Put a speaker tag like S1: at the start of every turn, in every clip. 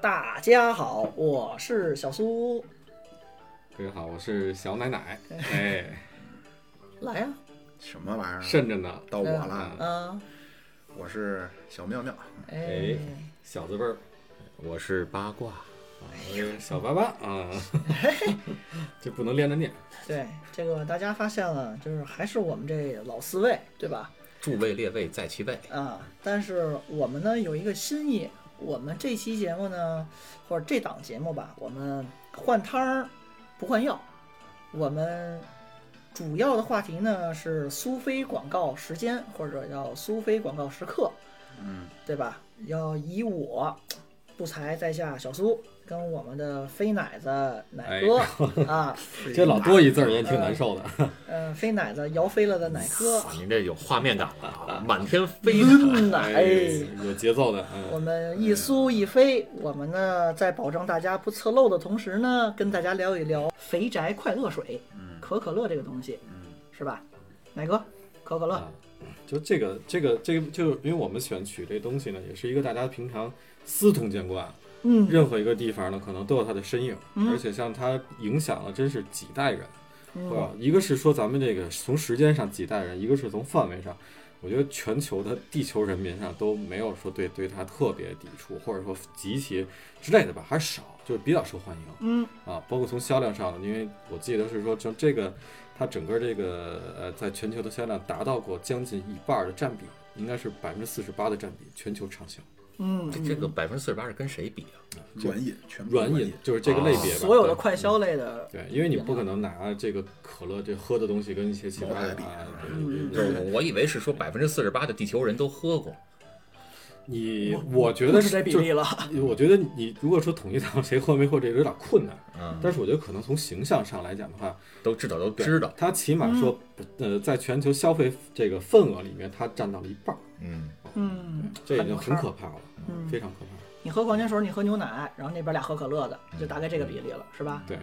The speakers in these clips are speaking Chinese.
S1: 大家好，我是小苏。
S2: 各位好，我是小奶奶。哎，
S1: 来呀、
S3: 什么玩意儿？啊
S2: 慎着呢，
S3: 到我了，
S1: 啊，
S3: 我是小妙妙。
S1: 哎，
S2: 小字辈儿，
S4: 我是八卦，
S2: 我是小八八啊， 这不能连着念。
S1: 对这个大家发现了，就是还是我们这老四位，对吧？
S4: 诸位列位在其位，
S1: 啊，但是我们呢有一个新意，我们这期节目呢，或者这档节目吧，我们换汤儿不换药，我们主要的话题呢是苏菲广告时间，或者叫苏菲广告时刻，
S3: 嗯，
S1: 对吧？要以我不才在下小苏跟我们的飞奶子奶哥、啊，
S2: 哎 这老多一字儿也挺难受的。
S1: 呃，飞奶子摇飞了的奶哥，
S4: 哇，您这有画面感了啊，满天飞
S1: 嗯
S4: 毯，
S1: 奶。
S2: 哎有节奏的，
S1: 我
S2: 嗯，
S1: 们一苏一飞，我们呢在保证大家不侧漏的同时呢，跟大家聊一聊肥宅快乐水、
S3: 嗯
S1: 可可乐这个东西，
S3: 嗯
S1: 是吧？奶哥，可可乐，
S2: 啊就这个这个这个，就因为我们选取这东西呢，也是一个大家平常司空见惯，
S1: 嗯
S2: 任何一个地方呢，可能都有它的身影，而且像它影响了真是几代人，
S1: 嗯
S2: 对吧？一个是说咱们这个从时间上几代人，一个是从范围上，我觉得全球的地球人民上都没有说对对它特别抵触，或者说极其之类的吧，还是少，就是比较受欢迎。
S1: 嗯
S2: 啊，包括从销量上，因为我记得是说，这这个它整个这个呃，在全球的销量达到过将近一半儿的占比，应该是百分之四十八的占比，全球畅销。
S1: 嗯，
S4: 这这个百分之四十八是跟谁比啊？
S3: 软饮，全部
S2: 软饮
S3: 饮。
S2: 就是这个类别吧，嗯
S1: 所有的
S2: 对
S1: 快消类的，
S2: 对，因为你不可能拿这个可乐这喝的东西跟一些其他的
S3: 茅台比
S2: 啊，
S1: 嗯
S2: 对对对
S4: 我以为是说百分之四十八的地球人都喝过，
S2: 你我觉
S1: 不
S2: 得
S1: 止
S2: 是
S1: 这比
S2: 就
S1: 例啊了，
S2: 我觉得你如果说统一到谁喝没喝，这有点困难。
S4: 嗯，
S2: 但是我觉得可能从形象上来讲的话，
S4: 都至少都
S2: 对
S4: 知道，
S2: 它起码说，
S1: 嗯
S2: 呃，在全球消费这个份额里面，它占到了一半儿，
S4: 嗯，
S1: 嗯，
S2: 这已经很
S1: 很
S2: 可怕了，
S1: 嗯
S2: 非常可怕。
S1: 你喝矿泉水，你喝牛奶，然后那边俩喝可乐的，就大概这个比例了，是吧？
S2: 对，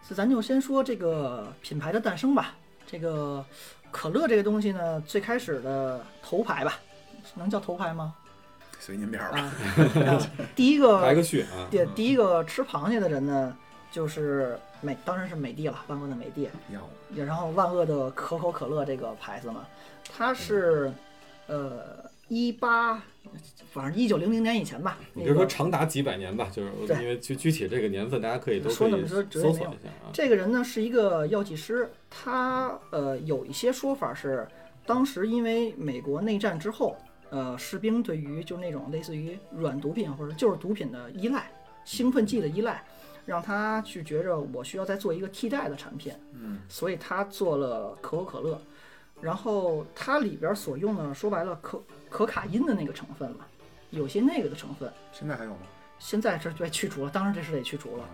S1: 所以咱就先说这个品牌的诞生吧。这个可乐这个东西呢，最开始的头牌吧，能叫头牌吗？
S3: 随 您便儿吧。
S1: 啊，第一个
S2: 来个序啊，
S1: 第第一个吃螃蟹的人呢，就是美，当然是美的了，万恶的美的，
S3: 要
S1: 也然后万恶的可口可乐这个牌子嘛，它是呃一八，反正一九零零年以前吧。
S2: 你
S1: 那
S2: 就说
S1: 个
S2: 长达几百年吧，就是
S1: 对
S2: 因为具具体这个年份，大家可以都可
S1: 说那
S2: 以
S1: 么多绝对
S2: 搜
S1: 没
S2: 索
S1: 有
S2: 一下啊。
S1: 这个人呢是一个药剂师，他呃有一些说法是，当时因为美国内战之后，呃士兵对于就那种类似于软毒品或者就是毒品的依赖，兴奋剂的依赖，让他去觉着我需要再做一个替代的产品，
S3: 嗯，
S1: 所以他做了可口可乐，然后它里边所用的说白了可可卡因的那个成分嘛，有些那个的成分。
S3: 现在还有吗？
S1: 现在是被去除了，当然这是得去除了。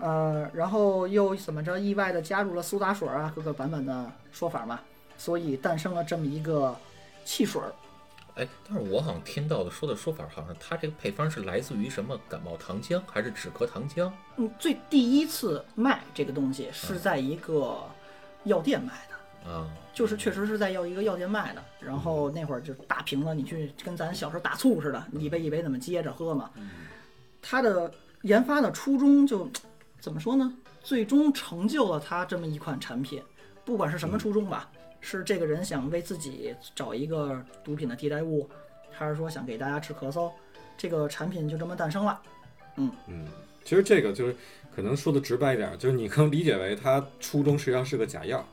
S1: 呃，然后又怎么着，意外的加入了苏打水啊，各个版本的说法嘛，所以诞生了这么一个汽水儿。
S4: 哎，但是我好像听到的说的说法，好像它这个配方是来自于什么感冒糖浆还是止咳糖浆？
S1: 嗯，最第一次卖这个东西是在一个药店卖的，
S4: 啊，
S1: 就是确实是在要一个药店卖的。然后那会儿就大瓶子，你去跟咱小时候打醋似的，一杯一杯怎么接着喝嘛。它的研发的初衷就怎么说呢？最终成就了它这么一款产品，不管是什么初衷吧，是这个人想为自己找一个毒品的替代物，还是说想给大家治咳嗽，这个产品就这么诞生了。
S2: 嗯，其实这个就是可能说的直白一点，就是你可能理解为它初衷实际上是个假药，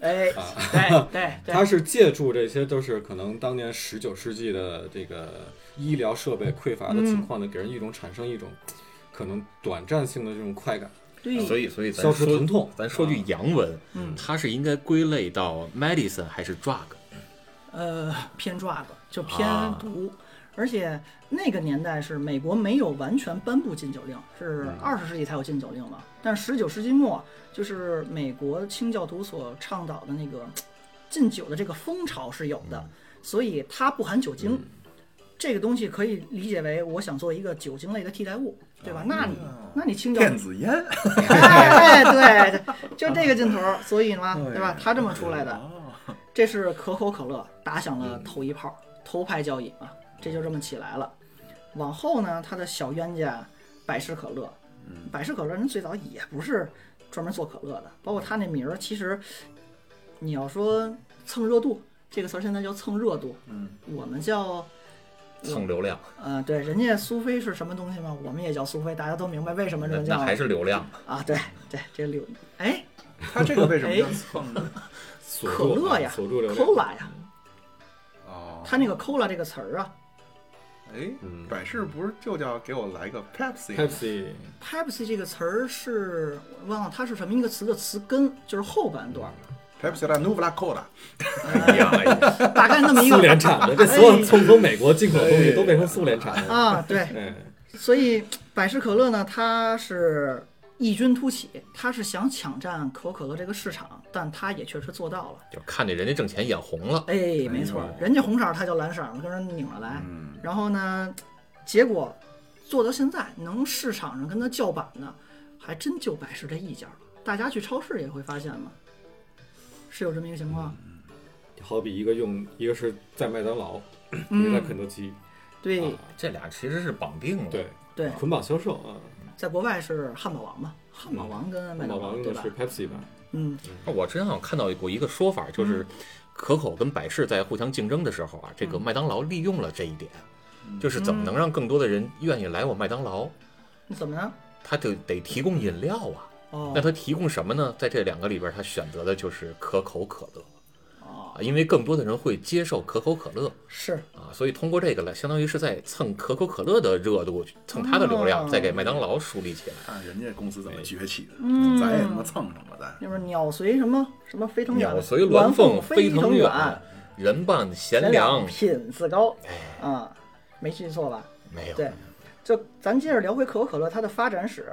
S1: 哎，
S2: 啊
S1: 对对 对，
S2: 它是借助这些都是可能当年十九世纪的这个医疗设备匮乏的
S1: 嗯
S2: 情况呢，给人一种产生一种可能短暂性的这种快感，
S1: 对，
S4: 所以所以咱
S2: 消除
S4: 说
S2: 疼痛。啊
S4: 咱说句洋文，
S1: 嗯
S4: 它是应该归类到 medicine 还是 drug？
S1: 呃，偏 drug 就偏
S4: 啊
S1: 毒，而且那个年代是美国没有完全颁布禁酒令，是
S2: 嗯
S1: 二十世纪才有禁酒令嘛。但是十九世纪末，就是美国清教徒所倡导的那个禁酒的这个风潮是有的，所以它不含酒精。这个东西可以理解为，我想做一个酒精类的替代物，对吧？那你，那你清教
S3: 电子烟，
S1: 哎， 对，就这个劲头儿，所以嘛，对吧？他这么出来的，
S3: 哦
S1: 这是可口可乐打响
S4: 嗯
S1: 了头一炮，头牌交椅嘛，这就这么起来了。往后呢，他的小冤家百事可乐，
S4: 嗯
S1: 百事可乐人最早也不是专门做可乐的，包括他那名儿，其实你要说蹭热度这个词儿，现在叫蹭热度，
S3: 嗯，
S1: 我们叫
S4: 蹭流量，
S1: 呃，对，人家苏菲是什么东西嘛，我们也叫苏菲，大家都明白为什么这
S4: 那
S1: 么叫
S4: 那还是嗯流量。
S1: 啊？对对，这柳哎。
S3: 他这个为什么叫蹭 呢？
S2: 锁
S1: 可
S2: 住
S1: 乐
S2: 啊
S1: 呀
S2: 锁住流量，
S1: ，Cola 呀，
S3: 哦，
S1: 它那个 Cola 这个词儿啊
S3: 哎
S2: 嗯，
S3: 百事不是就叫给我来个 Pepsi？
S2: Pepsi
S1: ，Pepsi 这个词儿是我忘了它是什么一个词的词根，就是后半 段儿，
S3: Pepsi la Nuvla Cola，
S4: 哎呀，哎呀
S1: 大概那么一
S2: 苏
S1: 个
S2: 联产的，这所有从从美国进口的东西都变成苏联产的。
S1: 啊，对，
S2: 哎，
S1: 所以百事可乐呢，它是异军突起，它是想抢占可口可乐这个市场，但它也确实做到了。
S4: 就看见人家挣钱眼红了，
S1: 哎，没错儿，人家红色儿它叫蓝色儿，我跟人拧着来。
S3: 嗯，
S1: 然后呢，结果做到现在能市场上跟它叫板的，还真就百事这一家儿。大家去超市也会发现嘛，是有这么一个情况。
S2: 好比一个用，一个是在麦当劳，
S1: 嗯
S2: 一个在肯德基，
S1: 对
S2: 啊
S4: 这俩其实是绑定了。
S2: 对，
S1: 对，
S2: 捆绑销售啊，
S1: 在国外是汉堡王嘛，汉堡
S4: 嗯
S1: 王跟麦
S2: 汉堡
S1: 当
S2: 王
S1: 劳
S2: 用
S1: 对
S2: 的
S1: 吧
S2: 是？Pepsi 吧？
S1: 嗯，
S4: 我之前好像看到过一个说法，就是可口跟百事在互相竞争的时候啊，这个麦当劳利用了这一点，就是怎么能让更多的人愿意来我麦当劳，
S1: 那怎么呢？
S4: 他就得提供饮料啊。那
S1: 哦
S4: 他提供什么呢？在这两个里边，他选择的就是可口可乐
S1: 哦，
S4: 啊，因为更多的人会接受可口可乐
S1: 是
S4: 啊，所以通过这个来，相当于是在蹭可口可乐的热度，蹭它的流量，
S1: 哦
S4: 再给麦当劳树立起来。
S3: 看人家公司怎么崛起的，
S1: 嗯
S3: 咱也他妈蹭蹭吧，咱
S1: 就是鸟随什么什么飞腾远，
S4: 鸟随
S1: 鸾
S4: 鸾凤
S1: 飞
S4: 飞腾
S1: 远，
S4: 远，人伴
S1: 贤
S4: 贤良。哎
S1: 品自高啊，没记错吧？
S4: 没有，
S1: 对，就咱接着聊回可口可乐它的发展史。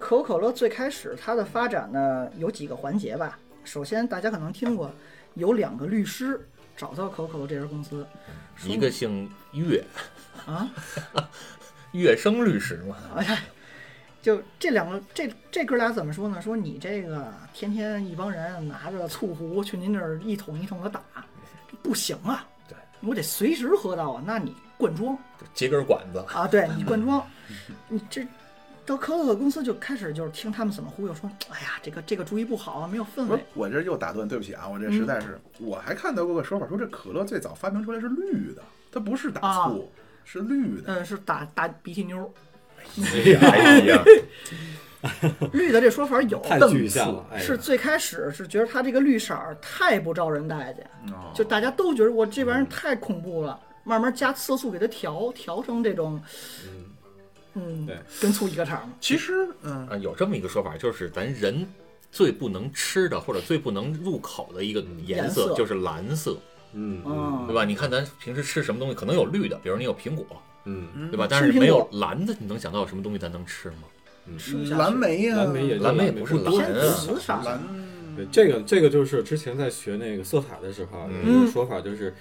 S1: 可口可乐最开始它的发展呢有几个环节吧。首先，大家可能听过，有两个律师找到可口可乐这家公司，说
S4: 一个姓岳，
S1: 啊， 哎
S4: 岳生律师嘛。
S1: 就这两个这这哥俩怎么说呢？说你这个天天一帮人拿着醋壶去您这儿一桶一桶的打，不行啊！
S4: 对，
S1: 我得随时喝到啊，那你灌装。
S4: 接根管子，
S1: 啊，对你灌装，你这到可口可乐公司就开始就是听他们怎么忽悠说，哎呀，这个这个主意不好啊，没有氛
S3: 不是
S1: 围。
S3: 我这又打断，对不起啊，我这实在是，
S1: 嗯
S3: 我还看到过个说法，说这可乐最早发明出来是绿的，它不是打
S1: 啊
S3: 醋，是绿的。
S1: 嗯，是打打鼻涕妞儿，嗯
S4: 哎呀，
S1: 绿的这说法有，
S2: 太
S1: 但
S2: 具象了，哎呀
S1: 是最开始是觉得它这个绿色儿太不招人待见，
S3: 哦
S1: 就大家都觉得我这玩
S2: 嗯
S1: 意儿太恐怖了，慢慢加色素给它调调成这种，嗯
S2: 对，
S1: 跟醋一个厂。
S3: 其实，嗯，
S4: 啊，有这么一个说法，就是咱人最不能吃的或者最不能入口的一个颜
S1: 嗯颜色
S4: 色就是蓝色，
S2: 嗯嗯
S1: 嗯
S4: 对吧？你看咱平时吃什么东西，可能有绿的，比如你有苹果，
S2: 嗯，
S4: 对吧
S1: 嗯？
S4: 但是
S1: 吃苹
S4: 没有
S1: 果
S4: 蓝的，你能想到有什么东西咱能吃吗？
S1: 吃不下去
S3: 嗯蓝莓呀，
S2: 蓝莓也
S4: 蓝莓也
S2: 不
S4: 不是
S2: 多
S4: 蓝
S1: 偏
S4: 啊
S1: 紫色儿，
S3: 蓝，
S2: 对，这个这个就是之前在学那个色彩的时候啊，有
S1: 嗯
S2: 一个说法就是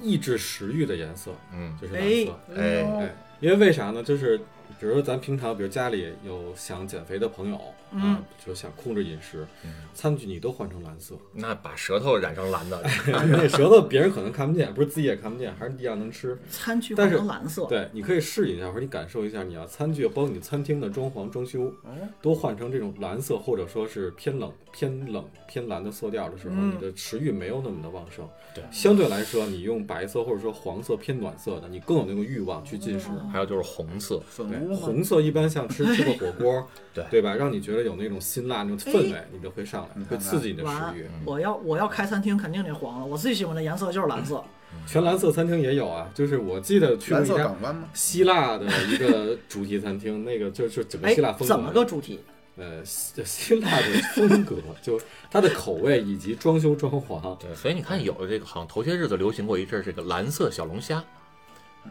S2: 抑制食欲的颜色，
S4: 嗯，
S2: 就是蓝色。
S3: 哦
S4: 哎，
S2: 哎，因为为啥呢？就是比如说咱平常，比如家里有想减肥的朋友，
S1: 嗯
S2: 啊，就想控制饮食，
S4: 嗯
S2: 餐具你都换成蓝色，
S4: 那把舌头染成蓝的，
S2: 那舌头别人可能看不见，不是自己也看不见，还是一样能吃。
S1: 餐具
S2: 但
S1: 换
S2: 是
S1: 成蓝
S3: 哦
S1: 色，
S2: 对，你可以试一下，或者你感受一下，你要餐具，包括你餐厅的装潢装修，
S3: 嗯
S2: 都换成这种蓝色，或者说是偏冷、偏冷、偏蓝的色调的时候，你
S3: 嗯
S2: 的食欲没有那么的旺盛。
S4: 对
S2: 相对来说，你用白色或者说黄色偏暖色的，你更有那个欲望去进食。
S4: 还有就是红色，
S3: 粉
S2: 对，
S3: 乌吗
S2: 红色一般像吃吃个火 锅，
S4: 对
S2: 对吧？让你觉得有那种辛辣那种氛围，你就会上
S3: 哎
S2: 来，会刺激你的
S1: 完
S2: 食欲。，
S1: 我要我要开餐厅，肯定得黄了。我最喜欢的颜色就是蓝色。
S2: 全蓝色餐厅也有啊，就是我记得去过
S3: 蓝
S2: 一
S3: 色
S2: 家
S3: 港湾吗？
S2: 希腊的一个主题餐厅，那个就是整个
S1: 哎
S2: 嗯希腊，风格。
S1: 怎么个主题？
S2: 呃，希希腊的风格， 就它的口味以及装修装潢，
S4: 对，所以你看有这个好像头些日子流行过一阵儿这个蓝色小龙虾，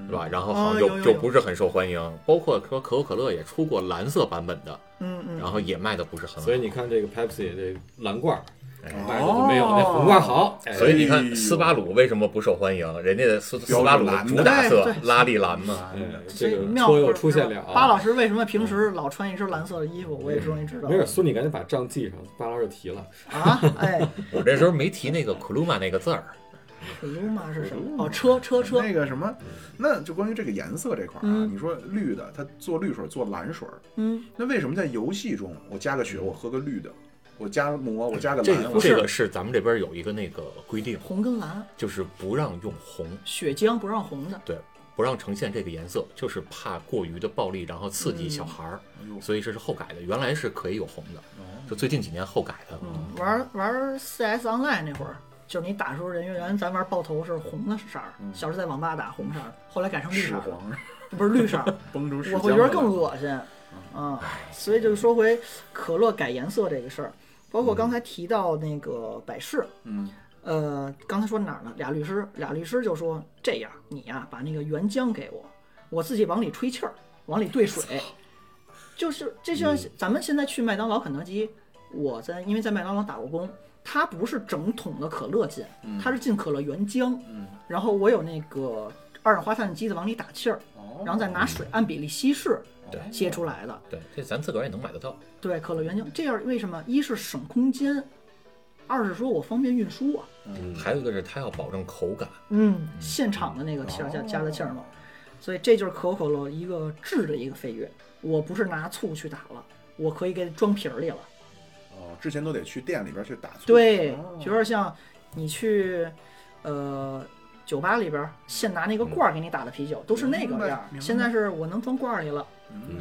S4: 是吧？然后
S1: 哦
S4: 好像
S1: 有
S4: 就
S1: 有
S4: 就
S1: 有
S4: 不是很受欢迎。包括说可口可乐也出过蓝色版本的，
S1: 嗯嗯，
S4: 然后也卖的不是很好。
S2: 所以你看这个 Pepsi 这蓝罐儿
S3: 哦
S2: 卖的就没有那红罐
S1: 哦
S2: 儿好，哎
S4: 所以你
S3: 哎呦
S4: 看斯巴鲁为什么不受欢迎？人家的斯斯巴鲁
S3: 标准蓝的
S4: 主打色
S1: 对
S4: 拉力蓝嘛，
S2: 哎
S1: 所
S2: 这
S1: 以
S2: 个
S1: 妙
S2: 车又
S1: 是
S2: 出现了
S1: 巴老
S2: 啊。
S1: 师为什么平时老穿一身蓝色的衣服？我也终于知道
S2: 没事，孙俪赶紧把账记上，巴老师提了。
S1: 啊！哎，
S4: 我这时候没提那个 Kuluma 那个字儿，
S1: 可鲁玛是什么？哦，车
S2: 哎
S1: 车车，
S3: 那个什么，
S2: 嗯
S3: 那就关于这个颜色这块儿啊，
S1: 嗯
S3: 你说绿的，它做绿水儿做蓝水儿，
S1: 嗯，
S3: 那为什么在游戏中我加个血，我喝个绿的，我加膜，我加个
S4: 这
S3: 蓝，
S4: 个
S3: 我
S4: 啊这个是咱们这边有一个那个规定，
S1: 红跟蓝，
S4: 就是不让用红，
S1: 血浆不让红的，
S4: 对，不让呈现这个颜色，就是怕过于的暴力，然后刺激小孩儿，
S3: 哎呦
S4: 所以这是后改的。原来是可以有红的，就最近几年后改的。
S1: 嗯，玩玩 CS Online 那会儿，就是你打的时候人员，咱玩爆头是红的色儿，小时候在网吧打红色儿，后来改成绿
S3: 屎
S1: 色儿了，
S3: 黄
S1: 不是绿色儿，
S3: 崩出屎
S1: 我
S3: 浆
S1: 会觉得
S3: 了
S1: 更恶心啊。所以就是说回可乐改颜色这个事儿，包括刚才提到那个百事，
S3: 嗯，
S1: 呃，刚才说哪儿呢？俩律师，俩律师就说这样，你呀、把那个原浆给我，我自己往里吹气儿，往里兑水，就是这像咱们现在去麦当劳、肯德基，我在因为在麦当劳打过工。它不是整桶的可乐进，它是进可乐原浆，然后我有那个二氧化碳的机子往里打气儿，
S3: 哦
S1: 然后再拿水按比例稀释
S4: 对
S1: 切出来的。
S4: 对，这咱自个儿也能买得到。
S1: 对，可乐原浆这样为什么？一是省空间，二是说我方便运输啊。
S4: 还有一个是它要保证口感，
S1: 嗯，现场的那个气儿加加的气儿嘛，所以这就是可口可乐一个质的一个飞跃。我不是拿醋去打了，我可以给装瓶儿里了。
S3: 哦，之前都得去店里边去打醋，
S1: 对，
S3: 哦
S1: 有点像你去，呃，酒吧里边儿现拿
S2: 嗯
S1: 那个罐儿给你打的啤酒，都是那
S3: 明
S1: 个
S3: 白
S1: 样儿。
S3: 明
S1: 现
S3: 白
S1: 在是我能装罐儿里了。
S2: 嗯，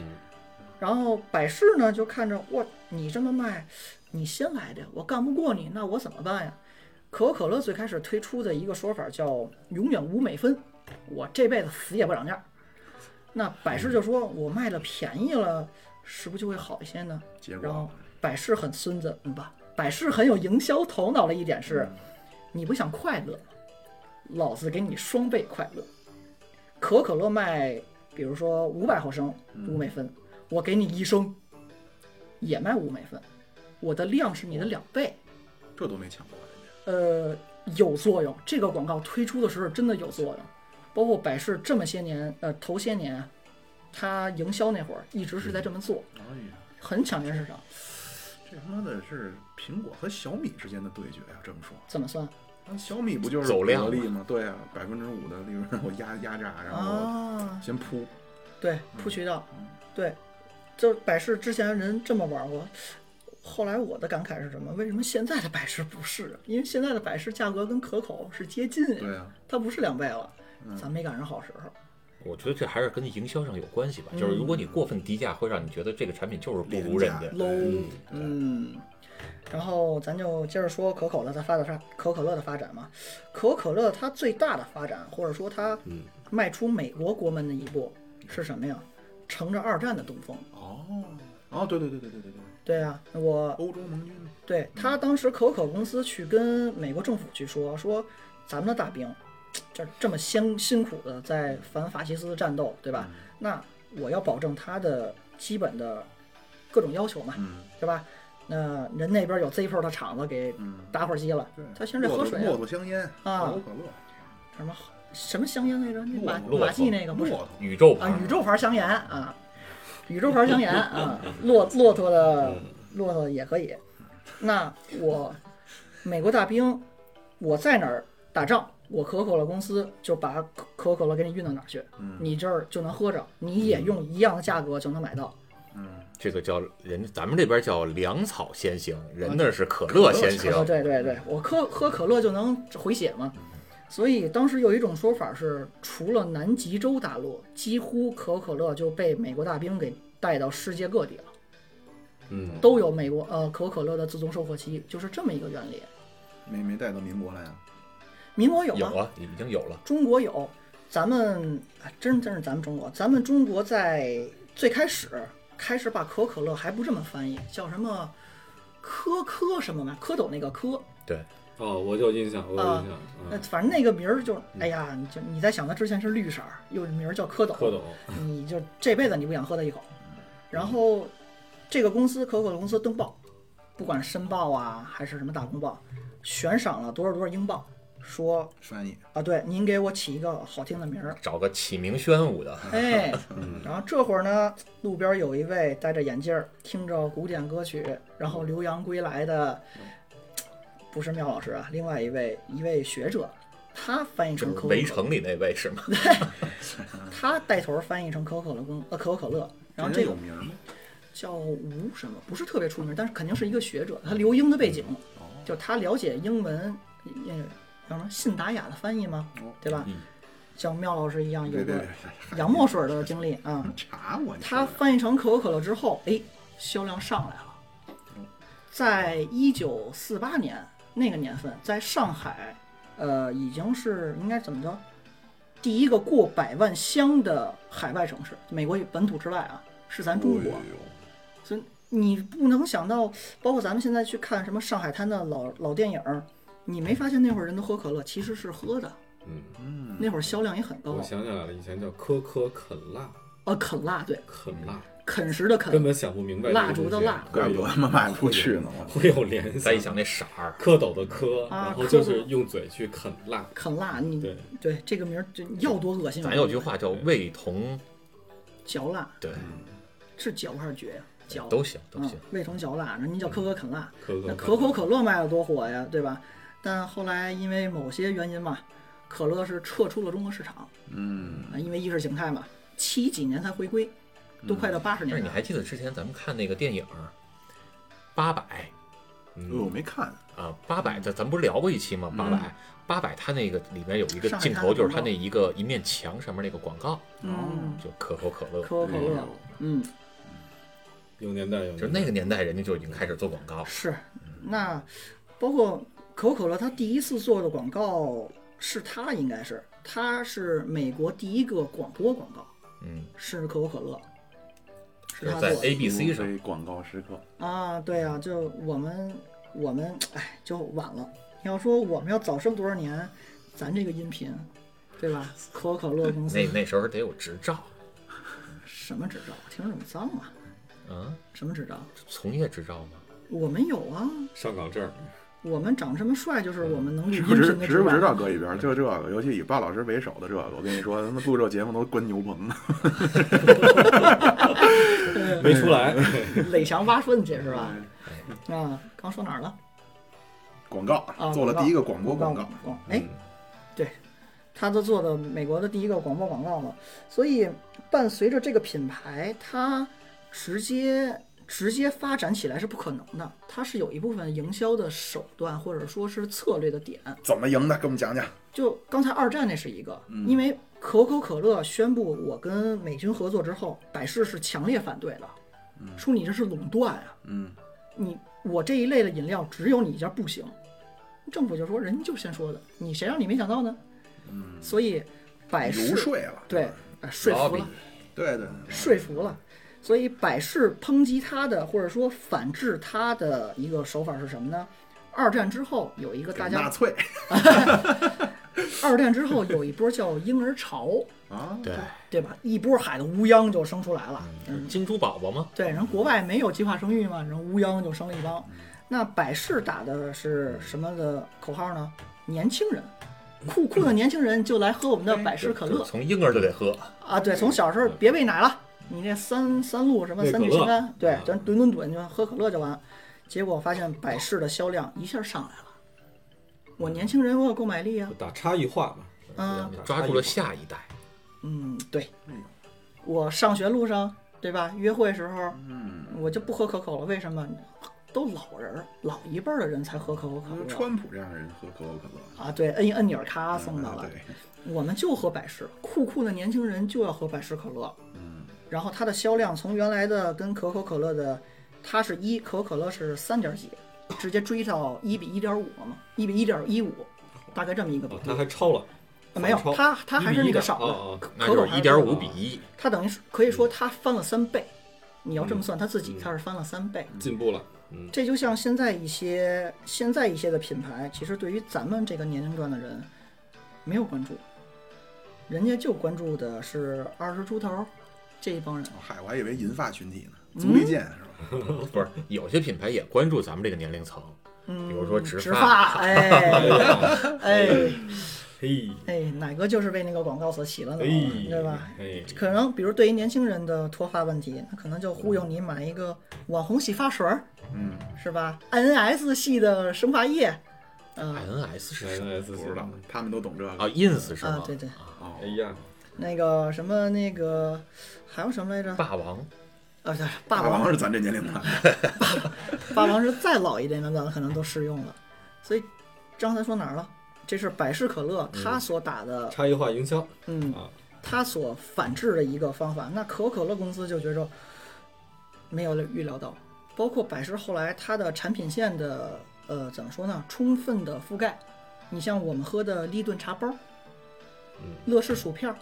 S1: 然后百事呢就看着哇，你这么卖，你新来的，我干不过你，那我怎么办呀？可口可乐最开始推出的一个说法叫“永远无美分”，我这辈子死也不涨价。那百事就说我卖的便宜了，是不是就会好一些呢？
S3: 结
S1: 然后
S3: 果
S1: 百事很孙子，嗯吧？百事很有营销头脑的一点是，
S3: 嗯
S1: 你不想快乐吗？老子给你双倍快乐。可口可乐卖，比如说五百毫升
S3: 嗯
S1: 五美分，我给你一升，也卖五美分，我的量是你的两倍，
S3: 这都没抢过人家，
S1: 呃，有作用。这个广告推出的时候真的有作用，包括百事这么些年，呃，头些年啊，它营销那会儿一直是在这么做，
S3: 哎呀，
S1: 很抢占市场。
S3: 这他妈的是苹果和小米之间的对决啊！这么说，
S1: 怎么算？
S3: 那小米不就是
S4: 走量
S3: 薄利吗？对啊，百分之五的利润我压压榨，然后
S1: 啊，
S3: 先铺，
S1: 对，铺渠道，对，就百事之前人这么玩过。后来我的感慨是什么？为什么现在的百事不是？啊因为现在的百事价格跟可口是接近呀，
S3: 对啊，
S1: 它不是两倍了，咱没赶上好时候。
S4: 我觉得这还是跟营销上有关系吧。就是如果
S1: 嗯
S4: 你过分低价，会让你觉得这个产品就是不如人家
S3: 廉。
S1: low，嗯。然后咱就接着说可口的它发的发可口可乐的发展嘛，可口可乐它最大的发展，或者说它迈出美国国门的一步是什么呀？乘着二战的东风，
S3: 哦，哦，对对对对对对对，
S1: 对啊，我
S3: 欧洲盟军嘛，
S1: 对他当时可口可乐公司去跟美国政府去说，说咱们的大兵，这这么辛辛苦的在反法西斯战斗，对吧？
S3: 嗯
S1: 那我要保证他的基本的各种要求嘛，
S3: 嗯
S1: 对吧？那人那边有 Zippo 的厂子给
S3: 嗯，
S1: 打火机了，
S3: 对，
S1: 他现在喝水啊
S3: 骆驼香烟
S1: 啊
S3: 可口可乐，
S1: 什么什么香烟来着？那马
S3: 骆驼
S1: 马记那个不
S3: 骆
S1: 是
S3: 驼
S4: 宇宙牌
S1: 啊，宇宙牌香烟啊，宇宙牌香烟啊，骆骆驼的骆驼也可以。那我美国大兵，我在哪儿打仗，我可口可乐公司就把可口可乐给你运到哪儿去，你这儿就能喝着，你也用一样的价格就能买到。
S4: 这个叫人，咱们这边叫粮草先行，人那是可乐先行。
S1: 对对对，我喝喝可乐就能回血嘛。所以当时有一种说法是，除了南极洲大陆，几乎可口可乐就被美国大兵给带到世界各地了。
S2: 嗯，
S1: 都有美国呃可口可乐的自动售货期，就是这么一个原理。
S3: 没没带到民国来啊，
S1: 民国有
S4: 有
S1: 啊，
S4: 啊，已经有了。
S1: 中国有，咱们啊真真是咱们中国，咱们中国在最开始开始把可口可乐还不这么翻译，叫什么科科什么嘛，蝌蚪那个科，
S4: 对，
S2: 哦，我有印象，我有印象，
S1: 那
S2: 嗯，
S1: 反正那个名儿就，哎呀，你就你在想它之前是绿色儿，又名儿叫蝌蚪，
S2: 蝌蚪，
S1: 你就这辈子你不想喝它一口。
S4: 嗯
S1: 然后这个公司可口公司登报，不管是申报啊还是什么大公报，悬赏了多少多少英镑，说
S3: 翻译
S1: 啊，对，您给我起一个好听的名儿，
S4: 找个起名宣 武的，
S1: 哎，
S2: 嗯，
S1: 然后这会儿呢，路边有一位戴着眼镜儿，听着古典歌曲，然后留洋归来的，不是妙老师啊，另外一位一位学者，他翻译
S4: 就
S1: 成
S4: 是
S1: 可口可
S4: 围
S1: 乐，
S4: 城里那位是 吗？
S1: 他带头翻译成可口可乐公呃可口可乐，然后
S3: 这
S1: 这
S3: 人
S1: 个
S3: 有名吗？
S1: 叫吴什么，不是特别出名，但是肯定是一个学者，他留英的背景，
S3: 哦，
S1: 就他了解英文，那个叫什么信达雅的翻译吗
S3: 哦？
S1: 对吧
S4: 嗯？
S1: 像妙老师一样有
S3: 对对
S1: 个
S3: 对，嗯
S1: 洋墨水的经历啊。
S3: 查我，你
S1: 它
S3: 说的
S1: 翻译成可口可乐之后，哎，销量上来了。
S3: 嗯
S1: 在一九四八年那个年份，在上海，呃，已经是应该怎么着，第一个过百万箱的海外城市，美国本土之外啊，是咱中国。
S3: 哎呦
S1: 所以你不能想到，包括咱们现在去看什么上海滩的老老电影儿，你没发现那会儿人都喝可乐，其实是喝的，
S2: 嗯，
S3: 嗯，
S1: 那会儿销量也很高
S2: 我。想起来了，以前叫科科啃蜡，
S1: 呃，啃辣对，
S2: 啃蜡，
S1: 啃食的
S2: 根
S1: 啃，
S2: 本想不明白
S1: 蜡
S2: 这个
S1: 烛的
S2: 东西
S1: 蜡
S3: 怪
S2: 会
S3: 不
S2: 有
S3: 得他妈卖不出去呢。我
S2: 会有联
S4: 再一
S2: 想，
S4: 想那色儿，
S2: 蝌蚪的蝌，
S1: 啊
S2: 然后
S1: 蝌蚪
S2: 就是用嘴去啃蜡，
S1: 啃辣，你
S2: 对，
S1: 对这个名儿，就要多恶心啊！
S4: 咱有句话叫味
S1: 嗯
S4: 同，
S1: 嚼蜡
S4: 对，
S1: 是嚼还是嚼呀？嚼
S4: 都行都
S1: 嗯
S4: 行，，嗯
S1: 味同嚼蜡，那您叫可可啃蜡，
S2: 可
S1: 那
S2: 可
S1: 可口可乐卖的多火呀，对吧？但后来因为某些原因嘛，可乐是撤出了中国市场，
S3: 嗯，
S1: 啊因为意识形态嘛，七几年才回归，都快到八十
S4: 嗯但是
S1: 年
S4: 你
S1: 代
S4: 还
S1: 了。
S4: 记得之前咱们看那个电影儿《八百
S2: 嗯
S3: 我没看，》
S4: 啊，《八百》
S1: 嗯
S4: 咱咱不是聊过一期吗？《八百》八百，它那个里面有一个
S1: 上海滩
S4: 镜头，就是它
S1: 广告
S4: 那一个一面墙上面那个广告，
S1: 嗯，
S4: 就可口可乐，
S1: 可口可乐，嗯，
S2: 有年代有年代，
S4: 就是那个年代人家就已经开始做广告，
S1: 是。那包括可口可乐，它第一次做的广告是它，应该是它是美国第一个广播广告。
S4: 嗯，
S1: 是可口可乐，是
S4: 就
S1: 他做
S4: 是在
S1: 的
S4: ABC 上，
S3: 广告时刻，
S1: 啊。对啊，就我们我们哎，就晚了。你要说我们要早生多少年，咱这个音频，对吧？可口可乐公司
S4: 那那时候得有执照，
S1: 什么执照？听着怎么脏啊？
S4: 嗯，
S1: 什么执照？
S4: 从业执照吗？
S1: 我们有啊，
S2: 上岗证，
S1: 我们长这么帅，就是我们能录嗯
S3: 值
S1: 音
S3: 不值
S1: 频的
S3: 值嗯不值
S1: 执照。
S3: 到搁一边儿？就这个，尤其以鲍老师为首的这个，我跟你说，他们录这节目都关牛棚呢。
S2: 没出来，
S1: 垒墙挖粪去是吧？啊，刚说哪儿了？
S3: 广告
S1: 啊，
S3: 做了第一个广播
S1: 广
S3: 告，
S1: 告。哎，他都做的美国的第一个广播广告嘛，所以伴随着这个品牌，它直接直接发展起来是不可能的，它是有一部分营销的手段或者说是策略的点。
S3: 怎么赢的？给我们讲讲。
S1: 就刚才二战那是一个，因为可口可乐宣布我跟美军合作之后，百事是强烈反对的，说你这是垄断啊，
S3: 嗯，
S1: 你我这一类的饮料只有你一家不行。政府就说人家就先说的，你谁让你没想到呢？嗯，所以百事
S3: 游说了，
S1: 对，啊说服了，
S3: 对对，
S1: 说服了。所以百事抨击他的，或者说反制他的一个手法是什么呢？二战之后有一个大
S3: 给纳
S1: 家，
S3: 粹
S1: 二战之后有一波叫婴儿潮，
S3: 啊，
S4: 对，
S1: 对吧？一波海的乌泱就生出来了。
S3: 嗯
S1: 嗯
S4: 是金猪宝宝吗？
S1: 对，人国外没有计划生育嘛，人乌泱就生了一帮。那百事打的是什么的口号呢？年轻人，酷酷的年轻人就来喝我们的百事可
S4: 就
S1: 乐
S4: 是从婴儿就得喝，
S1: 啊！对，从小时候别喂奶了，你这三三鹿什么
S2: 喂
S1: 三
S2: 可
S1: 聚氰
S2: 乐
S1: 胺，对
S2: 嗯，
S1: 咱吨吨吨就喝可乐就完。结果发现百事的销量一下上来了，我年轻人我有购买力啊，
S2: 打差异化嘛，
S1: 嗯
S2: 打
S4: 啊抓
S2: 差异
S4: 住了
S2: 化
S4: 下一代，
S1: 嗯，对，我上学路上，对吧？约会时候，
S3: 嗯，
S1: 我就不喝可口了。为什么？都老人儿，老一辈儿的人才喝可口可
S3: 就是
S1: 乐
S3: 川普这样的人喝可口可乐，
S1: 啊。对，摁一摁钮儿，咔送到了
S3: 嗯。对，
S1: 我们就喝百事，酷酷的年轻人就要喝百事可乐。
S3: 嗯，
S1: 然后它的销量从原来的跟可口可乐的，它是一，可口可乐是三点几，直接追到一比一点五了嘛，一比一点一五，大概这么一个比
S2: 哦，
S1: 例
S2: 他。还超了，
S1: 啊没有
S2: 反，超
S1: 它它还是那个少
S2: 1:1的哦
S1: 的
S2: 哦，
S1: 可
S4: 那
S1: 可口啊
S4: 就是
S1: 还
S4: 一点
S1: 是
S4: 五比一，
S1: 它等于是可以说它翻了三倍，你要这么算，它自己它是翻了三倍。
S2: 进步了，嗯，
S1: 这就像现在一些现在一些的品牌，其实对于咱们这个年龄段的人没有关注，人家就关注的是二十出头这一帮人。
S3: 嗨，我还以为银发群体
S1: 嗯
S3: 呢，足力健是吧？
S4: 不是有些品牌也关注咱们这个年龄层，
S1: 嗯，
S4: 比如说
S1: 植
S4: 植
S1: 发，哎哎
S2: 嘿，
S1: 哎，奶哥就是为那个广告所起了脑，
S2: 嘿，
S1: 嗯对吧？
S2: 嘿，
S1: 可能比如对于年轻人的脱发问题，那可能就忽悠你买一个网红洗发水儿，
S3: 嗯，
S1: 是吧？NS 系的生发液，嗯、
S4: NS 是什么
S2: NS
S3: 不知道，他们都懂这
S4: 啊
S3: 个。
S4: ？ins 是
S1: 啊
S4: 吗？
S1: 对对
S4: 啊
S3: 哦
S2: 哎，呀，
S1: 那个什么那个还有什么来着？
S4: 霸王
S1: 呃，对，霸
S3: 霸
S1: 王
S3: 王是咱这年龄段，
S1: 霸王是再老一点的，咱们可能都适用了。所以刚才说哪儿了？这是百事可乐它所打的，
S2: 差异化营销
S1: 嗯，
S2: 嗯啊，
S1: 它所反制的一个方法。那可口可乐公司就觉着没有预料到，包括百事后来它的产品线的呃怎么说呢，充分的覆盖。你像我们喝的立顿茶包，
S2: 嗯
S1: 乐事薯片儿，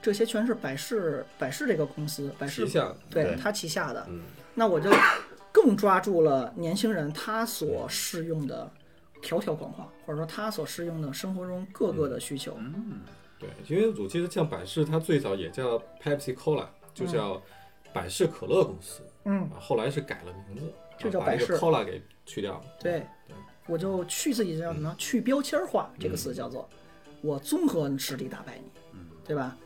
S1: 这些全是百事百事这个公司，百事
S2: 旗下，
S1: 对
S4: 对
S1: 它旗下的。
S2: 嗯，
S1: 那我就更抓住了年轻人他所适用的条条框框，或者说他所适用的生活中各个的需求。
S3: 嗯，
S2: 对，因为我记得像百事，它最早也叫 Pepsi Cola，就叫百事可乐公司，
S1: 嗯，
S2: 啊，后来是改了名字，
S1: 就
S2: 啊
S1: 叫
S2: 把
S1: 百
S2: 这
S1: 事
S2: 个 Cola 给去掉了。
S1: 对，我就去自己叫什么？
S2: 嗯
S1: 去标签化这个词叫做，我综合实力打败你，
S2: 嗯
S1: 对吧？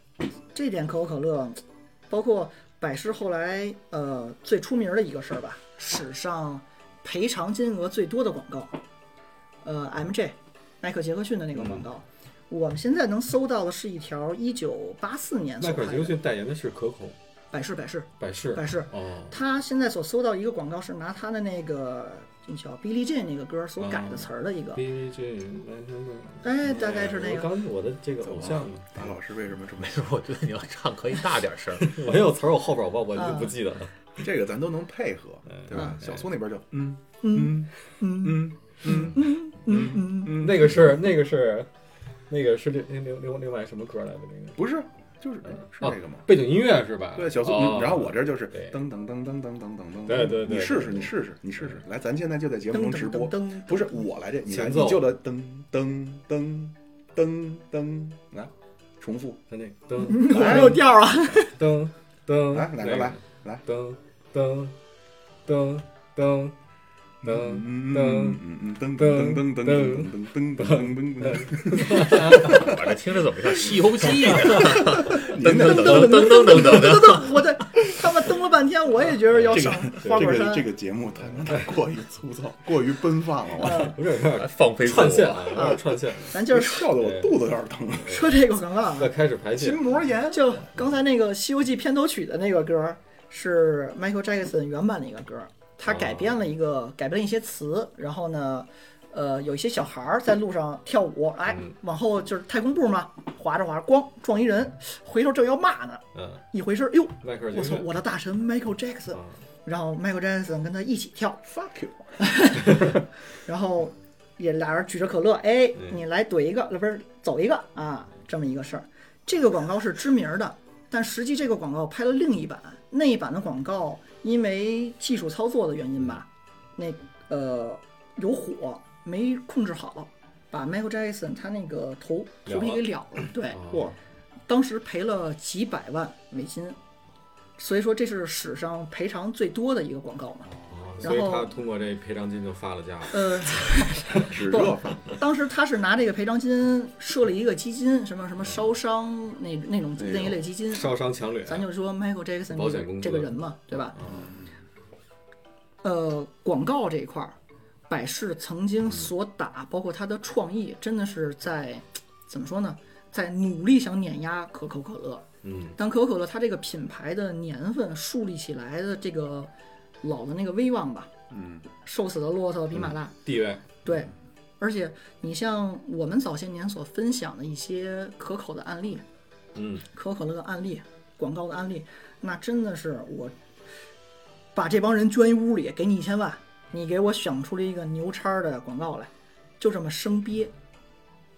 S1: 这点可口可乐，包括百事后来呃最出名的一个事儿吧，史上赔偿金额最多的广告，呃 MJ 迈克杰克逊的那个
S2: 嗯
S1: 广告，我们现在能搜到的是一条一九八四年所
S2: 迈克
S1: 拍
S2: 尔·杰克
S1: 的
S2: 逊代言的是可口
S1: 百事百事
S2: 百事，
S1: 百事，
S2: 哦，
S1: 他现在所搜到一个广告是拿他的那个那叫 Billie Jean 那个歌所改的词儿的一
S3: 哦
S1: 个，
S2: B J 完成的，
S1: 哎，大概是那
S2: 我
S1: 个。
S2: 刚我的这个偶像，
S3: 大老师为什么这么
S4: 没事，我觉得你要唱可以大点声儿。
S2: 我有词儿，我后边我我就
S1: 嗯
S2: 不记得了。
S3: 这个咱都能配合，对吧？
S2: 嗯
S3: 小苏那边就嗯
S1: 嗯
S3: 嗯嗯
S1: 嗯嗯，
S3: 嗯，
S2: 那个是那个是那个是另另另另另外什么歌来着？那个
S3: 不是就是是
S2: 啊
S3: 那个吗？
S2: 背景音乐是吧？
S3: 对，小苏，
S2: 哦
S3: 嗯然后我这就是
S2: 对
S3: 噔噔噔噔噔噔噔噔，
S2: 对对对
S3: 你试试，
S2: 对嗯
S3: 你试试，你试试，来，咱现在就在节目
S1: 噔
S3: 中直
S1: 噔
S3: 播
S1: 噔，噔，
S3: 不是我来这，你来，
S2: 前
S3: 你
S2: 奏
S3: 就来噔噔噔噔噔，来，重复，
S2: 他 那个噔
S1: 我
S3: 哎
S1: 没有调啊，
S2: 噔噔，
S3: 来，
S2: 那
S3: 哪个来来
S2: 噔噔噔噔噔
S3: 嗯
S2: 噔
S3: 嗯嗯噔噔噔噔噔噔噔噔噔噔，
S4: 我这听着怎么像《西游记》呢？
S3: 您
S4: 噔
S3: 的
S4: 噔噔噔噔噔噔。
S1: 我的他们蹬了半天，我也觉得要上花
S3: 哎这
S1: 果
S3: 个
S1: 山
S3: 这。个节目太太过于粗糙，过于奔放了，我
S2: 有点有
S3: 哎
S2: 点
S4: 放飞
S2: 串
S4: 自
S2: 线
S4: 我
S2: 啊，有点串线。
S3: 嗯
S1: 咱嗯就是
S3: 笑得我肚子有点疼。
S1: 说这个广告啊，
S2: 要开始 排戏
S3: 筋，膜炎，
S1: 就刚才那个《西游记》片头曲的那个歌是 Michael Jackson 原版的一个歌，他改编了一个改编了一些词，然后呢。呃，有一些小孩儿在路上跳舞，哎，往后就是太空步嘛，滑着滑着，咣撞一人，回头正要骂呢，
S2: 嗯，
S1: 一回身，哟，
S2: 迈克尔·杰
S1: 我
S2: 克
S1: 操，
S2: 逊
S1: 我的大神 Michael Jackson，
S2: 啊
S1: 然后 Michael Jackson 跟他一起跳，
S3: fuck you，
S1: 然后也俩人举着可乐，哎，
S2: 嗯
S1: 你来怼一个，呃不是走一个啊，这么一个事儿。这个广告是知名的，但实际这个广告拍了另一版，那一版的广告因为技术操作的原因吧，那呃有火没控制好，把 Michael Jackson 他那个头头皮给燎 了，哦对，
S2: 哇，
S1: 当时赔了几百万美金。所以说这是史上赔偿最多的一个广告嘛，
S2: 啊
S1: 然
S2: 所
S1: 后
S2: 以他通过这赔偿金就发了家了。
S1: 呃，
S3: 指热饭，
S1: 当时他是拿这个赔偿金设了一个基金，什么什么烧伤那那种那一类基金，
S2: 哎烧伤强掠，
S1: 咱就说 Michael Jackson
S2: 保
S1: 这
S2: 险公
S1: 个
S2: 司
S1: 这个人嘛，对吧？
S2: 嗯
S1: 呃，广告这一块儿，百事曾经所打，包括它的创意，真的是在怎么说呢，在努力想碾压可口可乐。
S2: 嗯，
S1: 但可口可乐它这个品牌的年份树立起来的这个老的那个威望吧，
S3: 嗯，
S1: 瘦死的骆驼比马大，
S2: 地位，
S1: 对，而且你像我们早些年所分享的一些可口的案例，
S2: 嗯，
S1: 可口可乐的案例、广告的案例，那真的是我把这帮人圈一屋里，给你一千万，你给我想出了一个牛叉儿的广告来，就这么生憋，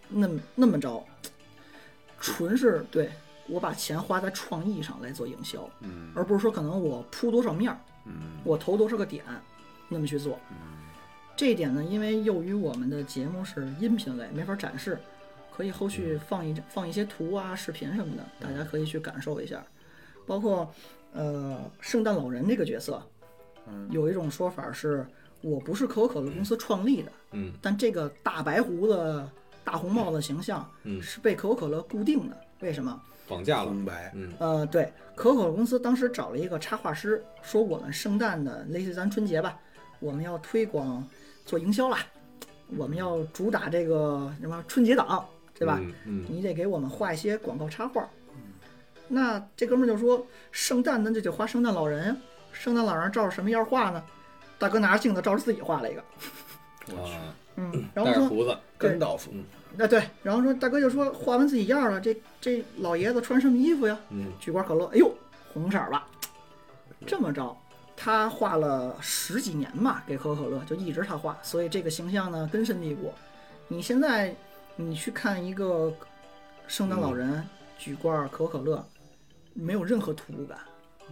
S1: 那么那么着，纯是对我把钱花在创意上来做营销，
S3: 嗯
S1: 而不是说可能我铺多少面儿，
S3: 嗯
S1: 我投多少个点，那么去做。这一点呢，因为由于我们的节目是音频类，没法展示，可以后续放一放一些图啊、视频什么的，大家可以去感受一下。包括呃，圣诞老人这个角色，
S3: 嗯
S1: 有一种说法是，我不是可口可乐公司创立的，
S2: 嗯
S1: 但这个大白胡子、大红帽子形象
S2: 嗯
S1: 是被可口可乐固定的。为什么？
S2: 绑架了，
S3: 红白
S2: 嗯
S1: 呃，对，可口可乐公司当时找了一个插画师，说我们圣诞的类似于咱春节吧，我们要推广做营销啦，我们要主打这个什么春节档，对吧？
S2: 嗯嗯
S1: 你得给我们画一些广告插画。那这哥们儿就说，圣诞那就得画圣诞老人呀，圣诞老人照着什么样画呢？大哥拿着镜子照着自己画了一个，
S2: 啊，
S1: 嗯，然后
S2: 带着
S1: 说
S2: 胡子，
S3: 甘道夫，
S1: 那对，然后说大哥就说画完自己样儿了，这这老爷子穿什么衣服呀？
S2: 嗯
S1: 举罐可乐，哎呦，红色儿了。这么着，他画了十几年吧，给可口可乐就一直他画，所以这个形象呢根深蒂固。你现在你去看一个圣诞
S2: 嗯
S1: 老人举罐可口可乐，没有任何突兀感。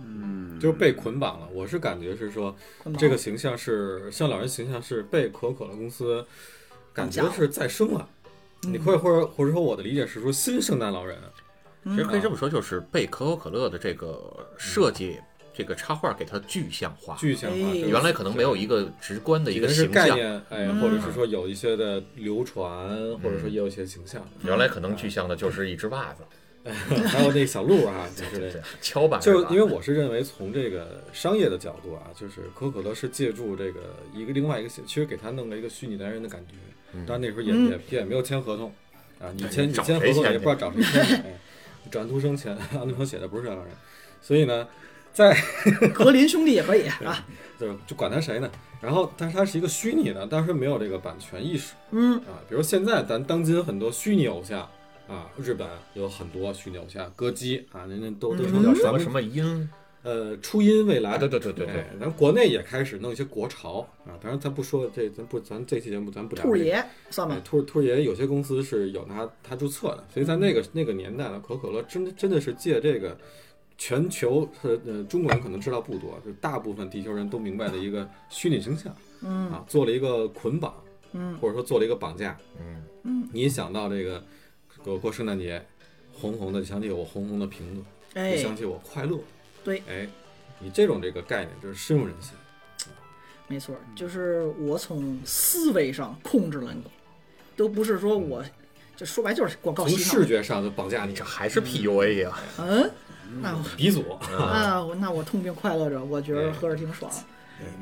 S3: 嗯
S2: 就是被捆绑了。我是感觉是说，
S1: 捆绑
S2: 这个形象是像老人形象是被可口可乐公司感觉是再生了。
S1: 嗯
S2: 你或者或者或者说我的理解是说新圣诞老人，
S4: 其实可以这么说，就是被可口可乐的这个设计、这个插画给它具象化。
S2: 具象化，
S1: 哎
S2: 对吧
S4: 原来可能没有一个直观的一
S2: 以
S4: 个
S2: 前是
S4: 形
S2: 概
S4: 象，
S2: 念，哎，
S1: 嗯
S2: 或者是说有一些的流传，或者说
S4: 嗯
S2: 也有一些形象，
S4: 原来可能具象的就是一只袜子，
S2: 还有那个小鹿啊，就是那
S4: 对
S2: 个
S4: 对，敲板
S2: 就是
S4: 吧
S2: 因为我是认为从这个商业的角度啊，就是可口可乐是借助这个一个另外一个形，其实给他弄了一个虚拟男人的感觉，但那时候也、
S1: 嗯
S2: 也也没有签合同啊，你
S4: 对
S2: 签你
S4: 找
S2: 签合
S4: 谁
S2: 同
S4: 签
S2: 也不知道找谁 签的，哎转图生签，安徒生写的不是这样的人，所以呢，在
S1: 格林兄弟也可以啊，
S2: 就是就管他谁呢，然后但是它是一个虚拟的，当时没有这个版权意识
S1: 嗯，
S2: 啊，比如现在咱当今很多虚拟偶像。啊，日本有很多虚拟偶像，歌姬啊，人家都都说叫
S1: 嗯
S4: 什
S2: 什
S4: 么
S2: 么
S4: 什么音
S2: 呃，初音未来，
S4: 啊对对对对对
S2: 哎咱国内也开始弄一些国潮啊。当然，咱不说这，咱不，咱这期节目咱不聊
S1: 兔儿
S2: 这个。
S1: 爷算吧
S2: 哎，，兔兔儿爷有些公司是有它它注册的，所以在那
S1: 嗯
S2: 个那个年代呢，可口可乐真真的是借这个全球呃呃中国人可能知道不多，就大部分地球人都明白的一个虚拟形象，
S1: 嗯
S2: 啊，做了一个捆绑，
S1: 嗯
S2: 或者说做了一个绑架，
S4: 嗯，
S2: 你一想到这个我过圣诞节，红红的想起我红红的瓶子，
S1: 哎
S2: 你，想起我快乐，
S1: 对，
S2: 哎，你这种这个概念就是深入人心，
S1: 没错，
S2: 嗯
S1: 就是我从思维上控制了你，都不是说我，这说白就是广告
S2: 嗯从
S1: 洗脑
S2: 视。觉上就绑架你
S4: 这，还是 PUA 呀、
S1: 嗯，那我
S2: 鼻祖，
S4: 嗯
S1: 啊，我那我痛并快乐着，我觉得
S2: 哎
S1: 喝着挺爽。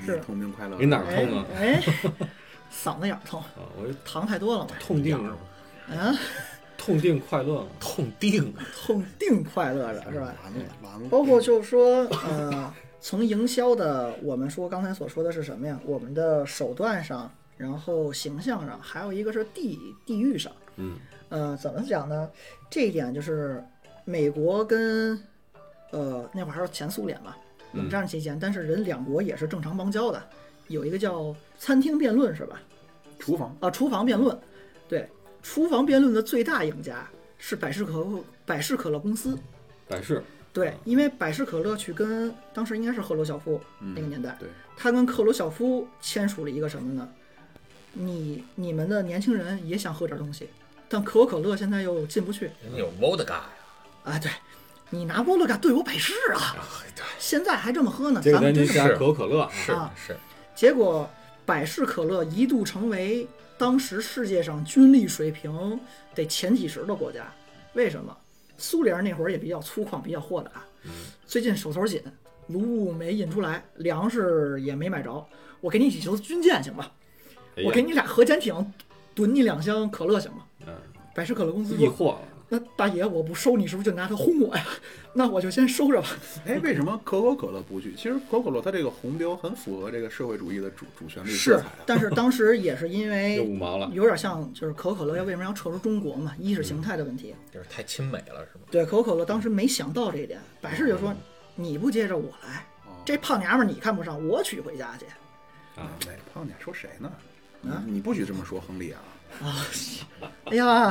S3: 对
S1: 是
S3: 你痛并快乐。
S2: 你哪儿痛啊？
S1: 哎，哎嗓子眼儿痛，
S2: 啊，我这
S1: 糖太多了嘛。
S2: 痛定，
S1: 哎啊，
S2: 痛定快乐嘛，
S4: 痛定，
S1: 痛定快乐着是吧？
S3: 完了完了，
S1: 包括就是说，呃，从营销的，我们说刚才所说的是什么呀？我们的手段上，然后形象上，还有一个是地地域上。
S2: 嗯，
S1: 呃，怎么讲呢？这一点就是美国跟呃那会儿还是前苏联嘛，
S2: 嗯
S1: 冷战期间，但是人两国也是正常邦交的，有一个叫餐厅辩论是吧？
S3: 厨房
S1: 啊，厨房辩论，对，厨房辩论的最大赢家是百事可百事可乐公司，
S2: 百
S1: 啊
S2: 事，
S1: 对，因为百事可乐去跟当时应该是赫鲁晓夫那个年代，
S3: 对，
S1: 他跟赫鲁晓夫签署了一个什么呢？你你们的年轻人也想喝点东西，但可口可乐现在又进不去
S4: 人家有 Vodka 呀、
S1: 啊，对。你拿波乐嘎对我百事啊，
S4: 啊，对，
S1: 现在还这么喝呢，
S2: 这个
S1: 咱
S2: 咱
S1: 们真
S2: 您
S1: 是
S2: 加可口可乐啊，
S4: 是
S1: 啊
S4: 是，
S1: 结果百事可乐一度成为当时世界上军力水平得前几十的国家，为什么？苏联那会儿也比较粗犷，比较豁达，
S2: 嗯
S1: 最近手头紧，卢布没印出来，粮食也没买着，我给你几艘军舰行吧？
S2: 哎呀
S1: 我给你俩核潜艇，怼你两箱可乐行吗？
S2: 嗯，
S1: 百事可乐公司
S2: 易
S1: 说。
S2: 货，
S1: 那大爷，我不收你，是不是就拿它轰我呀？那我就先收着吧。
S3: 哎，为什么可口可乐不去？其实可口可乐它这个红标很符合这个社会主义的主主旋律色
S1: 是
S3: 彩，啊。
S1: 但是当时也是因 为
S2: 又五毛了，嗯
S1: 有点像，就是可口可乐要为什么要撤出中国嘛？意识形态的问题。
S4: 就是太亲美了，是吗？
S1: 对，可口可乐当时没想到这一点，百事就说：“
S2: 嗯
S1: 你不接着我来，
S2: 哦
S1: 这胖娘们儿你看不上，我娶回 家去。
S2: 啊，
S3: 哎，胖姐说谁呢？你啊你不许这么说，亨利啊！”
S1: 哎呀，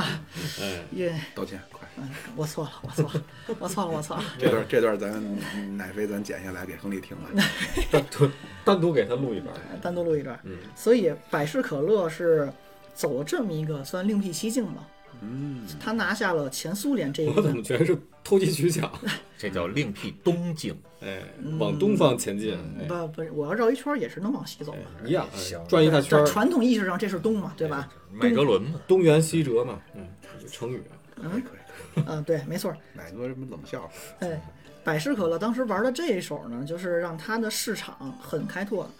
S2: 哎，
S1: 也
S3: 道歉，快！
S1: 嗯，我错了，我错了， 我错了，我错了。
S3: 这段这段咱奶飞咱剪下来给亨利听了。
S2: 单独单独给他录一段。
S1: 单独录一
S2: 嗯
S1: 段。所以百事可乐是走了这么一个算另辟蹊径吧，
S3: 嗯，
S1: 他拿下了前苏联这一
S2: 我怎
S1: 个
S2: 么觉得是投机取巧？
S4: 这
S2: 嗯
S4: 叫另辟东径。
S2: 哎，
S1: 嗯
S2: 往东方前进，哎
S1: 不不，我要绕一圈儿也是能往西走的。
S2: 一样，哎
S4: 行
S2: 转一大
S1: 对
S2: 圈儿，
S1: 传统意识上这是东嘛，对吧？
S4: 麦哲伦嘛，
S2: 东辕西辙嘛，嗯，成语。
S3: 可以可以可
S1: 嗯，对，没错儿。
S3: 以，奶哥什么冷笑话？
S1: 哎，百事可乐当时玩的这一手呢，就是让它的市场很开拓。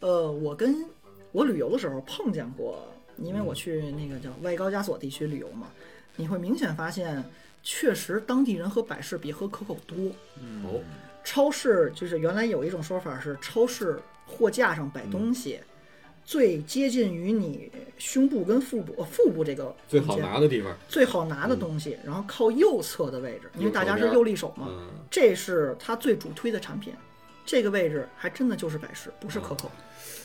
S1: 呃，我跟我旅游的时候碰见过，因
S2: 嗯
S1: 为我去那个叫外高加索地区旅游嘛，你会明显发现，确实当地人喝百事比喝可口多。
S2: 哦，
S1: 超市就是原来有一种说法是，超市货架上
S2: 嗯
S1: 摆东西，最接近于你胸部跟腹部、呃腹部这个
S2: 最好
S1: 空间
S2: 拿嗯的地方，
S1: 最好拿的东西，然后靠右侧的位置，因为大家是右利手嘛，
S2: 嗯，
S1: 这是它最主推的产品。这个位置还真的就是百事，
S2: 嗯
S1: 不是可口。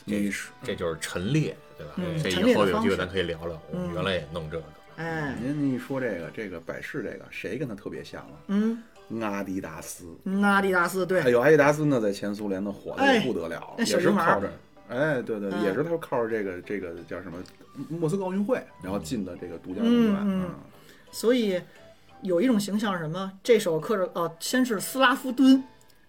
S3: 你是
S4: 这就是陈列，对吧？
S1: 嗯
S4: 这
S1: 陈列
S4: 以
S1: 的
S4: 后有
S1: 方
S4: 机会
S1: 式
S4: 咱可以聊聊，我
S2: 嗯
S4: 们原来也弄这个。
S1: 哎，
S3: 您一说这个这个百事这个，谁跟他特别像啊？
S1: 嗯，
S3: 阿迪达斯，
S1: 阿迪达斯对，
S3: 哎呦，阿迪达斯呢在前苏联呢火的
S1: 哎
S3: 不得了，
S1: 那
S3: 也
S1: 小
S3: 是
S1: 鱼丸儿
S3: 靠着。哎，对对，
S1: 嗯
S3: 也是他靠着这个这个叫什么莫斯科奥运会，然后进的这个独家
S1: 嗯
S3: 运动
S1: 嗯
S3: 员啊，
S1: 所以有一种形象是什么？这手嗑着呃，先是斯拉夫蹲，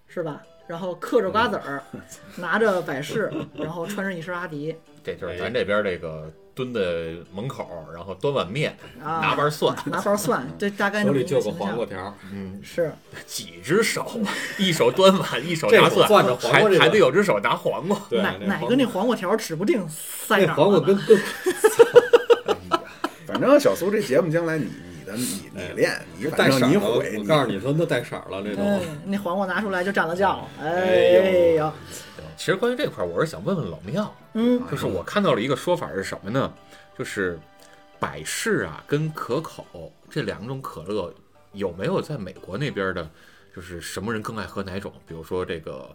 S1: 是吧？然后嗑着瓜子儿，
S2: 嗯
S1: 拿着百事，然后穿着一身阿迪
S4: 这
S2: 哎
S4: 就是咱这边这个蹲在门口，然后端碗面，
S1: 啊，
S4: 拿 瓣蒜，
S1: 拿瓣蒜，这大概
S2: 手
S1: 这么
S2: 里
S1: 一
S2: 就
S1: 个
S2: 个
S1: 形
S2: 黄
S1: 象
S2: 瓜。条儿，
S4: 嗯，
S1: 是，
S4: 几只手，一手端碗，一手
S2: 这
S4: 拿
S2: 手
S4: 蒜，
S2: 攥着黄瓜
S4: 还
S2: 这个
S4: 还得有只手拿黄瓜。
S2: 对，
S1: 哪
S2: 那
S1: 哪
S2: 黄
S1: 个那黄瓜条儿指不定塞哪
S2: 那
S1: 儿
S2: 黄瓜
S1: 了
S2: 跟
S1: 呢。
S2: 跟
S3: 反正小苏这节目将来你你的你你练，你
S2: 带
S3: 反
S2: 色儿
S3: 正你
S2: 了，我
S3: 毁，你
S2: 告诉你说，那带色儿了，这
S1: 嗯
S2: 都。，哦
S1: 那黄瓜拿出来就蘸了酱，哎
S2: 哎
S1: 呦，
S4: 其实关于这块儿，我是想问问老庙，
S1: 嗯
S4: 就是我看到了一个说法是什么呢？就是百事啊跟可口这两种可乐有没有在美国那边的，就是什么人更爱喝哪种？比如说这个。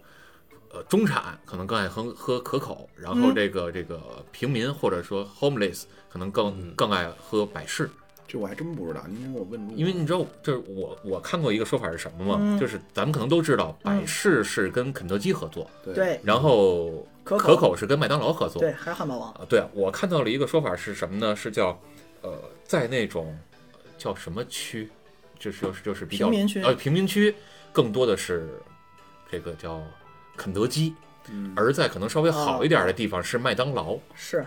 S4: 呃，中产可能更爱喝喝可口，然后
S1: 嗯
S4: 这个这个平民或者说 homeless 可能更更爱喝百事，
S3: 这我还真不知道，您给我问住了。
S4: 因为你知道，就是我我看过一个说法是什么吗？
S1: 嗯
S4: 就是咱们可能都知道，百事是跟肯德基合作，
S3: 对，
S1: 对
S4: 然后
S1: 可口
S4: 可口是跟麦当劳合作，
S1: 对，还有汉堡王，
S4: 啊，对啊，我看到了一个说法是什么呢？是叫，呃，在那种呃叫什么区，就是就是就是比较
S1: 平民区
S4: 呃，平民区更多的是这个叫肯德基，
S3: 嗯
S4: 而在可能稍微好一点的地方是麦当劳。
S1: 是，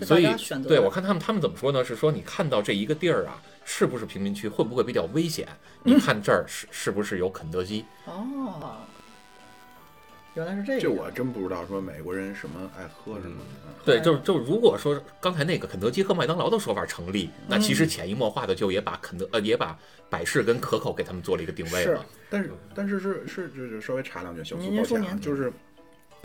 S1: 就哦
S4: 所
S1: 大
S4: 以
S1: 家选择
S4: 对我看他们他们怎么说呢？是说你看到这一个地儿啊，是不是平民区，会不会比较危险？
S1: 嗯
S4: 你看这儿是是不是有肯德基？
S1: 哦，原来是这个，
S3: 这我真不知道，说美国人什么爱喝什么。嗯
S4: 对，就是就是，如果说刚才那个肯德基和麦当劳的说法成立，那其实潜移默化的就也把肯德呃也把百事跟可口给他们做了一个定位了。
S3: 但是但是是是这这稍微插两句，小苏
S1: 您您
S3: 抱
S1: 说
S3: 歉啊，
S1: 您
S3: 就是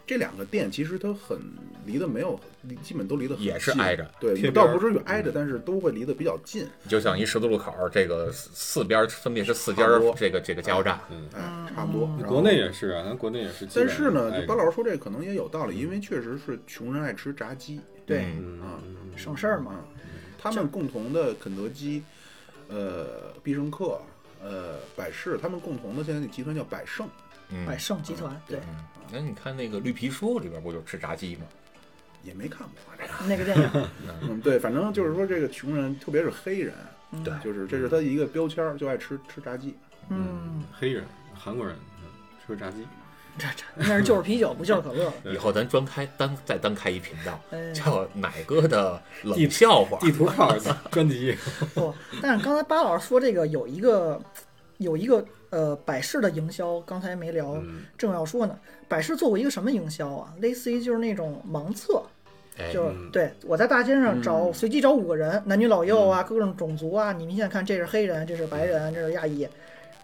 S3: 这两个店其实它很离得没有，离基本都离得很
S4: 也是
S3: 近
S4: 挨着
S2: 贴
S3: 对，
S2: 边
S3: 倒
S2: 儿嗯
S3: 不至于挨着，但是都会离得比较近。
S4: 就像一十字路口，这个四四边分别是四家
S3: 差不多
S4: 这个这个加油站，
S1: 嗯
S3: 哎，差不多。然后
S2: 国内也是啊，咱国内也是基本
S3: 但
S2: 上
S3: 是
S2: 挨着。嗯
S3: 呢，就巴老师说这个可能也有道理，因为确实是穷人爱吃炸鸡
S1: 对
S4: 嗯
S3: 啊，
S1: 省事儿嘛，
S3: 嗯，他们共同的肯德基、呃必胜客、呃百事，他们共同的现在那集团叫百胜，
S4: 嗯
S1: 百盛集团，对，
S4: 那你看那个绿皮书里边不就吃炸鸡吗？
S3: 也没看过啊这个。
S1: 那个电 影，
S3: 嗯，对，反正就是说这个穷人，特别是黑人，
S4: 对
S3: 就是
S2: 嗯
S3: 这是他一个标签儿，就爱吃吃炸鸡。
S1: 嗯，
S2: 黑人、韩国人嗯吃炸鸡，
S1: 这这那是就是啤酒，不就是可乐，
S2: 对
S4: 以后咱专开单再单开一频道
S1: 哎，
S4: 叫奶哥的冷笑话。
S2: 地图炮儿专辑，
S1: 不，但是刚才巴老师说这个有一个有一个呃百事的营销，刚才没聊，正要说呢，百事做过一个什么营销啊？类似于就是那种盲测，
S4: 哎，
S1: 就是对我在大街上找随机找五个人，男女老幼啊，各种种族啊，你明显看这是黑人，这是白人，这是亚裔，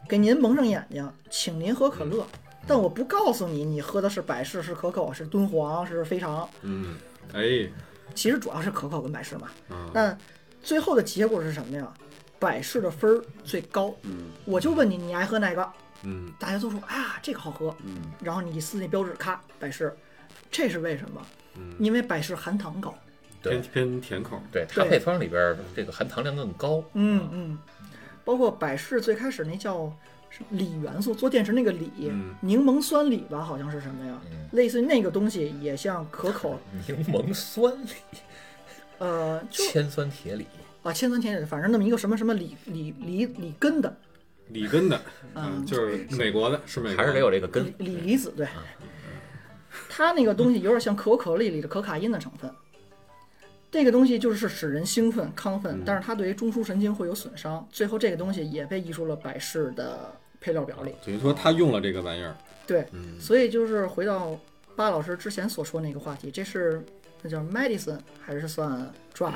S1: 给您蒙上眼睛，请您喝可乐，但我不告诉你你喝的是百事、是可口、是敦煌、是肥肠，
S2: 嗯，哎，
S1: 其实主要是可口跟百事嘛。
S2: 啊，
S1: 那最后的结果是什么呀？百事的分儿最高，
S3: 嗯
S1: 我就问你你爱喝哪个，
S2: 嗯，
S1: 大家都说啊这个好喝，
S3: 嗯，
S1: 然后你一撕那标志，咔百事，这是为什么？因为百事含糖高。
S4: 对
S2: 偏偏甜口儿，
S4: 对，它
S1: 对
S4: 配方里边这个含糖量更高。
S1: 嗯嗯，包括百事最开始那叫什么锂元素，做电池那个锂
S2: 嗯，
S1: 柠檬酸锂吧，好像是什么呀
S4: 嗯？
S1: 类似于那个东西也像可口，
S4: 柠檬酸锂、
S1: 呃，就
S4: 铅酸铁锂，
S1: 啊千酸甜水，反正那么一个什么什么锂锂锂锂根的
S2: 里根的，
S1: 嗯
S2: 嗯，就是美国的，是美国的
S4: 还是得有这个根
S1: 锂。锂离子，对，它那个东西有点像可口可乐里的可卡因的成分。这个东西就是使人兴奋、亢奋，但是它对于中枢神经会有损伤。最后，这个东西也被移出了百事的配料表里。
S2: 等于说他用了这个玩意儿，嗯
S1: 对，所以就是回到巴老师之前所说那个话题，这是那叫 medicine 还是算 drug？、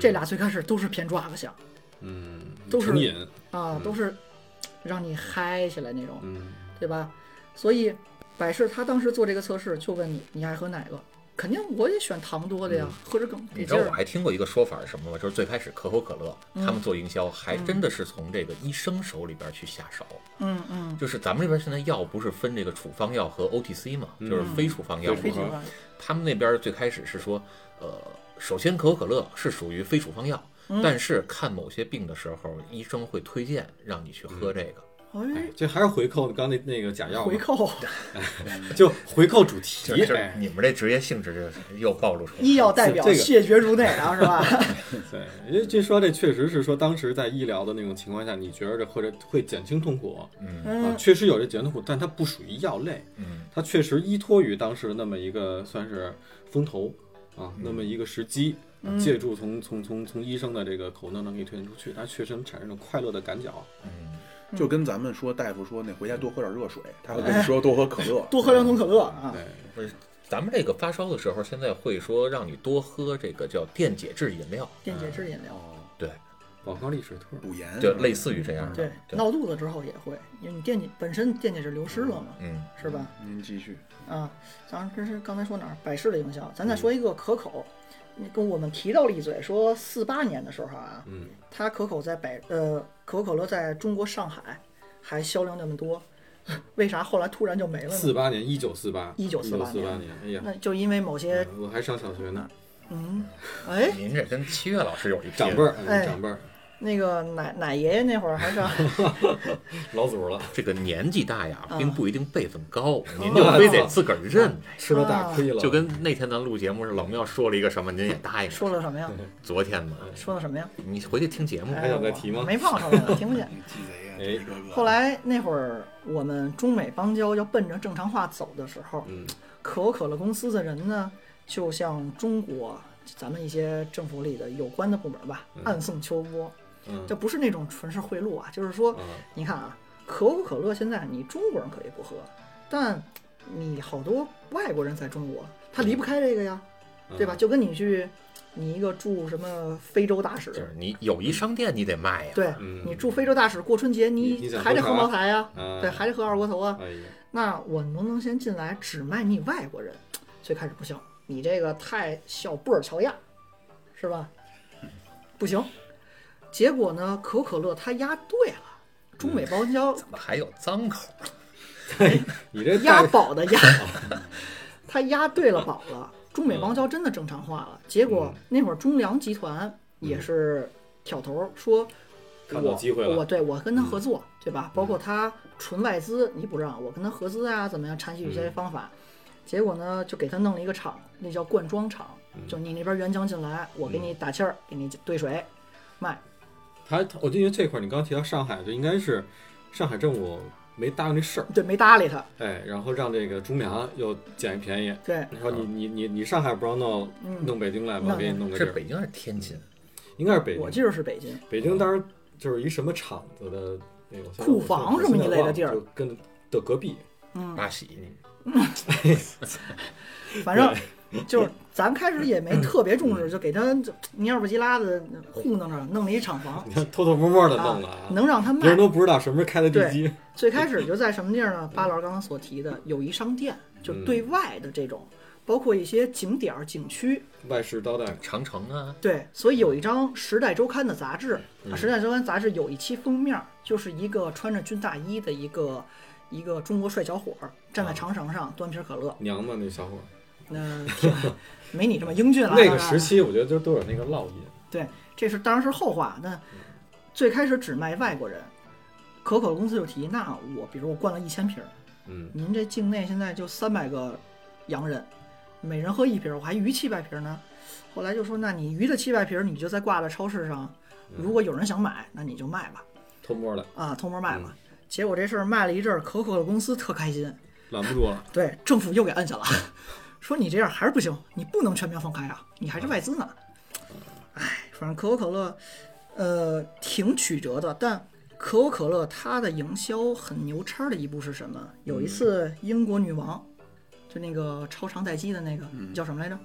S1: 这俩最开始都是偏 drug 项
S2: 嗯，
S1: 都是
S2: 成瘾，
S1: 啊，都是让你嗨起来那种，
S2: 嗯，
S1: 对吧？所以百事他当时做这个测试，就问你你爱喝哪个？肯定我也选糖多的呀，
S2: 嗯
S1: 喝着更
S4: 你
S1: 得
S4: 知
S1: 劲
S4: 道我
S1: 儿。
S4: 还听过一个说法是什么吗？就是最开始可口可乐
S1: 嗯
S4: 他们做营销，还真的是从这个医生手里边去下手。
S1: 嗯嗯，
S4: 就是咱们这边现在药不是分这个处方药和 OTC 嘛，就是非处方药
S2: 嗯。非
S1: 非
S2: 处
S1: 常棒
S4: 他们那边最开始是说，呃，首先可口可乐是属于非处方药，
S1: 嗯
S4: 但是看某些病的时候，医生会推荐让你去喝这个。
S1: 哎，
S2: 这还是回扣刚那那个假药嘛，
S1: 回 扣
S2: 就回扣主
S4: 就
S2: 题，
S4: 是
S2: 哎
S4: 你们这职业性质就又暴露出来了。
S1: 医药代表
S2: 这个
S1: 谢绝如内啊，是 吧？
S2: 对，因为这说这确实是说当时在医疗的那种情况下，你觉得这或者会减轻痛苦，啊，
S1: 嗯
S2: 确实有这减痛苦，但它不属于药类，
S4: 嗯，
S2: 它确实依托于当时的那么一个算是风头啊，那么一个时机，啊借助从从从从医生的这个口弄能给你推荐出去，它确实产生了快乐的感脚，
S3: 嗯就跟咱们说大夫说那回家多喝点热水，他会跟你说多喝可
S2: 嗯
S3: 乐，
S1: 多喝两桶可乐啊。
S2: 对，
S4: 呃咱们这个发烧的时候，现在会说让你多喝这个叫电解质饮料，
S1: 电解质饮料，
S3: 哦
S4: 对，
S2: 宝高丽水兔，
S3: 补盐
S4: 就类似于这样的
S1: 对。，闹肚子之后也会，因为你电解本身电解质流失了嘛，
S4: 嗯，
S1: 是吧？
S3: 您继续，
S2: 嗯
S1: 啊，咱这是刚才说哪儿？百事的营销，咱再说一个可口，你跟我们提到了一嘴，说四八年的时候啊，
S2: 嗯，
S1: 它可口在百呃可口可乐在中国上海还销量那么多，为啥后来突然就没了
S2: 四
S1: 呢？
S2: 八年，一九四八，一
S1: 1948
S2: 四八年，哎呀，
S1: 那就因为某些
S2: 我还上小学呢，
S1: 嗯，哎，
S4: 您这跟七月老师有一拼
S2: 长辈儿，
S1: 哎
S2: 嗯长辈儿，
S1: 那个奶奶爷爷那会儿还上
S2: 老祖了，
S4: 这个年纪大呀，
S1: 嗯
S4: 并不一定辈分
S1: 哦
S4: 高，您
S2: 啊
S4: 就非得自个儿认。
S2: 吃了大亏了，
S4: 就跟那天咱录节目时，老庙说了一个什么，您也答应了
S1: 说了什么呀？
S4: 昨天嘛，
S2: 嗯
S1: 说了什么呀？
S4: 你回去听节目，
S2: 还
S1: 哎
S2: 想再
S1: 我
S2: 提吗
S1: 没放出来呢，听不见。
S3: 鸡贼呀，
S2: 哎
S3: 一个个
S1: 后来那会儿，我们中美邦交要奔着正常化走的时候，
S2: 嗯
S1: 可口可乐公司的人呢，就向中国咱们一些政府里的有关的部门吧，暗送秋波。
S2: 嗯
S1: 这不是那种纯是贿赂啊，就是说，
S2: 嗯
S1: 你看啊，可口可乐现在你中国人可以不喝，但你好多外国人在中国，他离不开这个呀，
S2: 嗯
S1: 对吧？就跟你去，你一个驻什么非洲大使
S4: 就，是你友谊商店你得卖呀。
S1: 对
S2: 嗯
S1: 你住非洲大使过春节，
S2: 你你
S1: 你
S2: 想
S1: 还得
S2: 喝
S1: 喝
S2: 啥
S1: 茅台呀、
S2: 嗯
S1: 对，还得喝二锅头啊。
S2: 哎呀，
S1: 那我能不能先进来只卖你外国人？最开始不行，你这个太小布尔乔亚，是吧？不行。结果呢，可口可乐它押对了，中美邦交
S4: 怎么还有脏口？
S2: 你这
S1: 押
S2: 大
S1: 宝 的押，他押对了宝了。中
S2: 嗯
S1: 美邦交真的正常化了。结果那会儿中粮集团也是挑头说，
S2: 嗯看到
S1: 我
S2: 机会了嗯
S1: 我对我跟他合作，对吧？包括他纯外资你不让，我跟他合资啊，怎么样？采取一些
S2: 嗯
S1: 方法。结果呢，就给他弄了一个厂，那叫灌装厂，
S2: 嗯
S1: 就你那边原浆进来，我给你打气儿，给你兑水卖。
S2: 他，他我就因为这块儿，你刚提到上海，这应该是上海政府没答应这事儿，
S1: 对，没搭理他。
S2: 哎，然后让这个中粮又捡一便宜。
S1: 对，
S2: 你说你你你你上海不让弄，弄北京来吧，
S1: 嗯弄
S2: 我给你弄个地
S4: 啊是
S2: 儿，
S4: 北京还是天津？
S2: 应该是北
S1: 我
S2: 京。
S1: 记得是北京。
S2: 北京当时就是一什么厂子的那种
S1: 库房什么一类的地儿，
S2: 我现在忘了就跟的隔壁。
S1: 嗯
S4: 八喜，
S2: 嗯
S1: 反正就是咱开始也
S2: 嗯
S1: 没特别重视，就给他就尼尔布基拉的糊弄着，弄了一厂房
S2: 你看偷偷摸摸的嗯弄了
S1: 啊，能让他
S2: 别人
S1: 卖。
S2: 都不知道什么时候开的地基。
S1: 最开始就在什么地儿呢？巴老师刚刚所提的友谊商店，就
S2: 嗯
S1: 对外的这种，包括一些景点儿、景区。
S2: 外事招待，
S4: 长城啊，
S1: 对，所以有一张《时代周刊》的杂志，
S2: 嗯
S1: 啊时代周刊》杂志有一期封面儿，就是一个穿着军大衣的一个一个中国帅小伙儿站
S2: 啊
S1: 在长城上端瓶可乐。
S2: 娘们那小伙儿，
S1: 嗯，挺 没你这么英俊了。啊
S2: 那
S1: 当
S2: 个
S1: 然
S2: 时期我觉得就都有那个烙印。
S1: 对，这是当然是后话。那最开始只卖外国人，可口公司就提，那我比如我灌了一千瓶儿，
S2: 嗯，
S1: 您这境内现在就三百个洋人，每人喝一瓶儿，我还余七百瓶儿呢。后来就说，那你余的七百瓶儿，你就再挂在超市上，如果有人想买，那你就卖吧，
S2: 偷摸的
S1: 啊，偷摸卖吧。结果这事儿卖了一阵儿，可口公司特开心，
S2: 拦不住了，
S1: 对政府又给摁下了， 说你这样还是不行，你不能全面放开啊，你还是外资呢。哎，反正可口可乐，呃，挺曲折的，但可口可乐它的营销很牛叉的一步是什么？有一次英国女王，就那个超长待机的那个叫什么来着？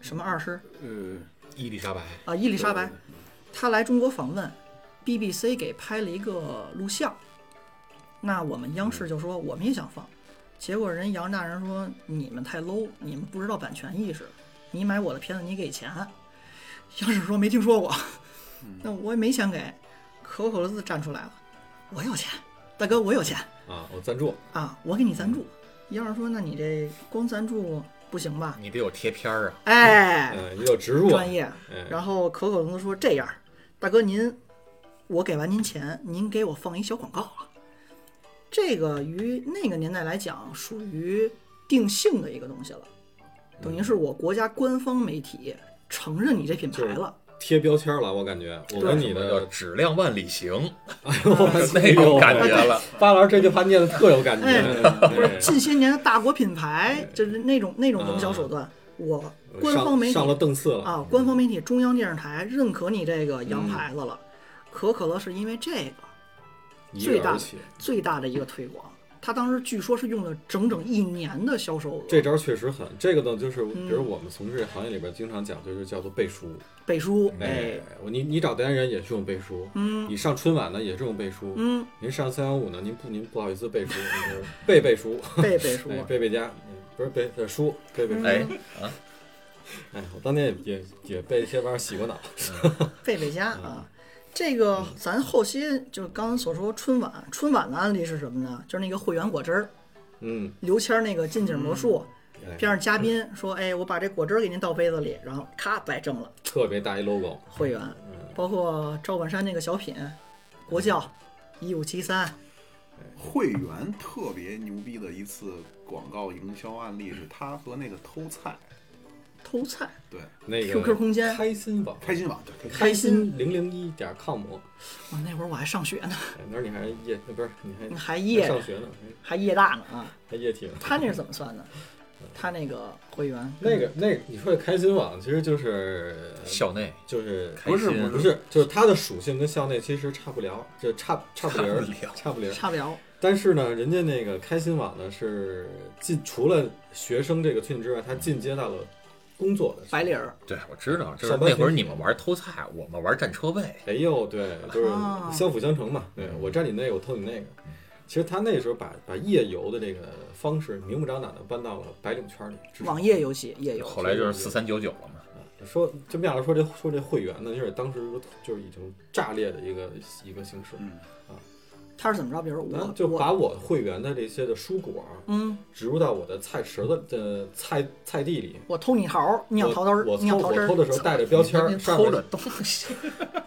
S1: 什么二世
S3: 呃，
S4: 伊丽莎白，
S1: 啊？伊丽莎白，她来中国访问，BBC 给拍了一个录像。那我们央视就说我们也想放，结果人杨大人说你们太 low，你们不知道版权意识，你买我的片子你给钱。央视说没听说过，那我也没钱给，可口可乐自站出来了，我有钱，大哥我有钱
S2: 啊，我赞助，
S1: 啊，我给你赞助。央视说那你这光赞助不行吧？
S4: 你得有贴片儿啊，
S1: 哎，
S2: 嗯，也有植入，
S1: 专业。
S2: 嗯，
S1: 然后可口公司说这样，大哥您，我给完您钱，您给我放一小广告啊。这个于那个年代来讲，属于定性的一个东西了，
S2: 嗯
S1: 等于是我国家官方媒体承认你这品牌了。
S2: 贴标签了，我感觉我跟你
S4: 什么叫
S2: 的，
S4: 质量万里行，
S2: 我
S4: 那种感觉了。
S2: 巴老师这句话念的特有感觉，
S1: 哎
S2: 对
S1: 近些年的大国品牌就是那种那种营销手段，我官方媒体
S2: 嗯上上了档次了，
S1: 啊，官方媒体中央电视台认可你这个洋牌子了。
S2: 嗯
S1: 可口可乐是因为这个
S2: 一
S1: 最
S2: 跃
S1: 大
S2: 而起。
S1: 最大的一个推广。他当时据说是用了整整一年的销售额，
S2: 这招确实狠，这个呢，就是比
S1: 嗯
S2: 如我们从事这行业里边经常讲，就是叫做背书。
S1: 背书，
S2: 哎
S1: 哎，，
S2: 我你你找代言人也是用背书，嗯，你上春晚呢也是用背书，
S1: 嗯，
S2: 您上三幺五呢，您不您不好意思背书，您就是背背书，
S1: 背背书，
S2: 哎，背背佳，嗯不是背背书，背
S1: 嗯
S2: 背书。
S4: 哎，
S2: 哎，我当年也也也被这些玩意儿洗过脑，
S1: 贝贝佳
S2: 嗯
S1: 啊。这个咱后期就刚刚所说春晚，春晚的案例是什么呢？就是那个汇源果汁儿，
S2: 嗯，
S1: 刘谦儿那个近景魔术，
S2: 哎
S1: 边上嘉宾说：“哎，我把这果汁儿给您倒杯子里，然后咔摆正了。
S2: 特别大一 logo，”
S1: 汇源，
S2: 嗯
S1: 包括赵本山那个小品，国窖一五七三，
S3: 会员特别牛逼的一次广告营销案例是他和那个偷菜，
S1: 偷菜
S3: 对，
S2: 那个
S1: QQ 空间
S2: 开心网，
S3: 开心网对，开心
S1: 开心。
S2: 零零一点 com，
S1: 我哦那会儿我还上学呢，
S2: 哎那时候你还夜，那不是你还
S1: 还夜
S2: 上学呢，
S1: 还夜大呢啊。
S2: 还还夜挺。
S1: 他那是怎么算的？他那个会员
S2: 嗯那个那个，你说的开心网其实就是
S4: 哎校内
S2: 就是
S4: 开心啊
S2: 不是，就是它的属性跟校内其实差不了，就差差不离儿
S4: 差不离
S2: 差不离
S4: 儿，
S2: 儿。
S1: 差不了，
S2: 但是呢，人家那个开心网呢是进除了学生这个群体之外，它进阶到了工作的群体
S1: 白领。儿
S4: 对，我知道，就是
S2: 上班
S4: 那会儿
S2: 学习
S4: 你们玩偷菜，我们玩占车位。
S2: 哎呦，对，就是
S1: 啊
S2: 相辅相成嘛。对我占你那个，我偷你那个。其实他那时候把把夜游的这个方式明目张胆的搬到了白领圈里。至少
S1: 网页游戏
S2: 哎
S1: 也有，
S4: 后来就是四三九九了嘛，
S2: 说，就面老师说这说这会员呢，就是当时就是已经炸裂的一个一个形式。
S3: 嗯，
S1: 他是怎么着？比如
S2: 然
S1: 我
S2: 后嗯就
S1: 我
S2: 把我会员的这些的蔬果啊
S1: 嗯，
S2: 植入到我的菜池子的菜菜地里。
S1: 我偷你桃儿，你想
S2: 我
S1: 桃汁儿
S2: 我，
S1: 你
S2: 偷
S1: 想桃汁
S2: 我偷
S1: 儿，
S2: 的时候带着标签
S4: 你
S2: 儿，
S4: 那
S2: 上
S4: 偷
S2: 面
S4: 着东西，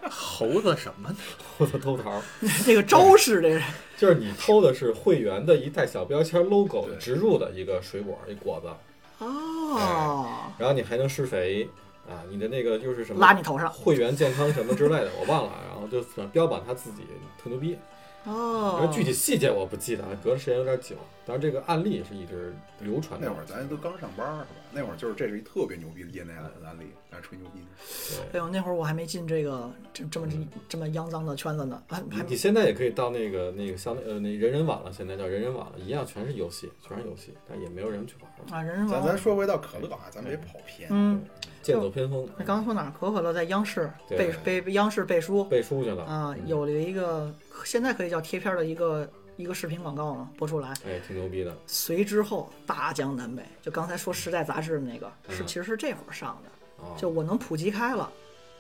S4: 猴子什么呢？
S2: 我的偷桃儿，
S1: 那个招式这是
S2: 就是你偷的是会员的一带小标签儿 logo 植入的一个水果一果子，
S1: 哦，
S2: 然后你还能施肥啊，你的那个就是什么
S1: 拉你头上
S2: 会员健康什么之类的，我忘了，然后就标榜他自己特牛逼，然后
S1: 哦，
S2: 哎具体细节我不记得了，隔的时间有点久，但是这个案例是一直流传的
S3: 那会儿咱都刚上班儿是吧？那会儿就是这是一特别牛逼的业内案例，咱吹牛逼呢。
S1: 哎呦，那会儿我还没进这个这这么
S2: 嗯
S1: 这么肮脏的圈子呢，还
S2: 你
S1: 还
S2: 你现在也可以到那个那个像呃那人人网了，现在叫人人网了，一样全是游戏，全是游戏，但也没有人去玩了，
S1: 啊，人人
S3: 咱
S1: 网
S3: 咱说回到可乐啊，咱们别跑偏。
S1: 嗯，
S2: 剑走偏锋，
S1: 那刚才说哪儿？可口可乐在央视
S2: 对
S1: 背背央视背书
S2: 嗯背书去了
S1: 啊，有了一个现在可以叫贴片儿的一个一个视频广告嘛，播出来。
S2: 哎，挺牛逼的，
S1: 隋之后大江南北，就刚才说《时代》杂志的那个，
S4: 嗯
S1: 是其实是这会儿上的，
S4: 哦
S2: 啊
S1: 就我能普及开了，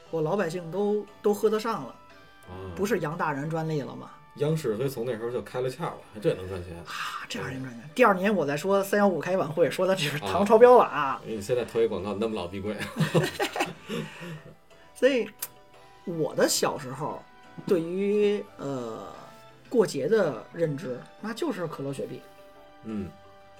S1: 我老百姓都都喝得上了，
S4: 嗯
S2: 啊，
S1: 不是杨大人专利了吗？
S2: 央视所以从那时候就开了窍了，这也能赚钱。
S1: 啊，这样人赚钱。第二年我再说三幺五开晚会，说的这
S4: 哦
S1: 是唐朝标了啊，
S2: 因为现在投一广告 那么老逼贵，
S1: 所以我的小时候对于呃过节的认知，那就是可乐雪碧。
S2: 嗯，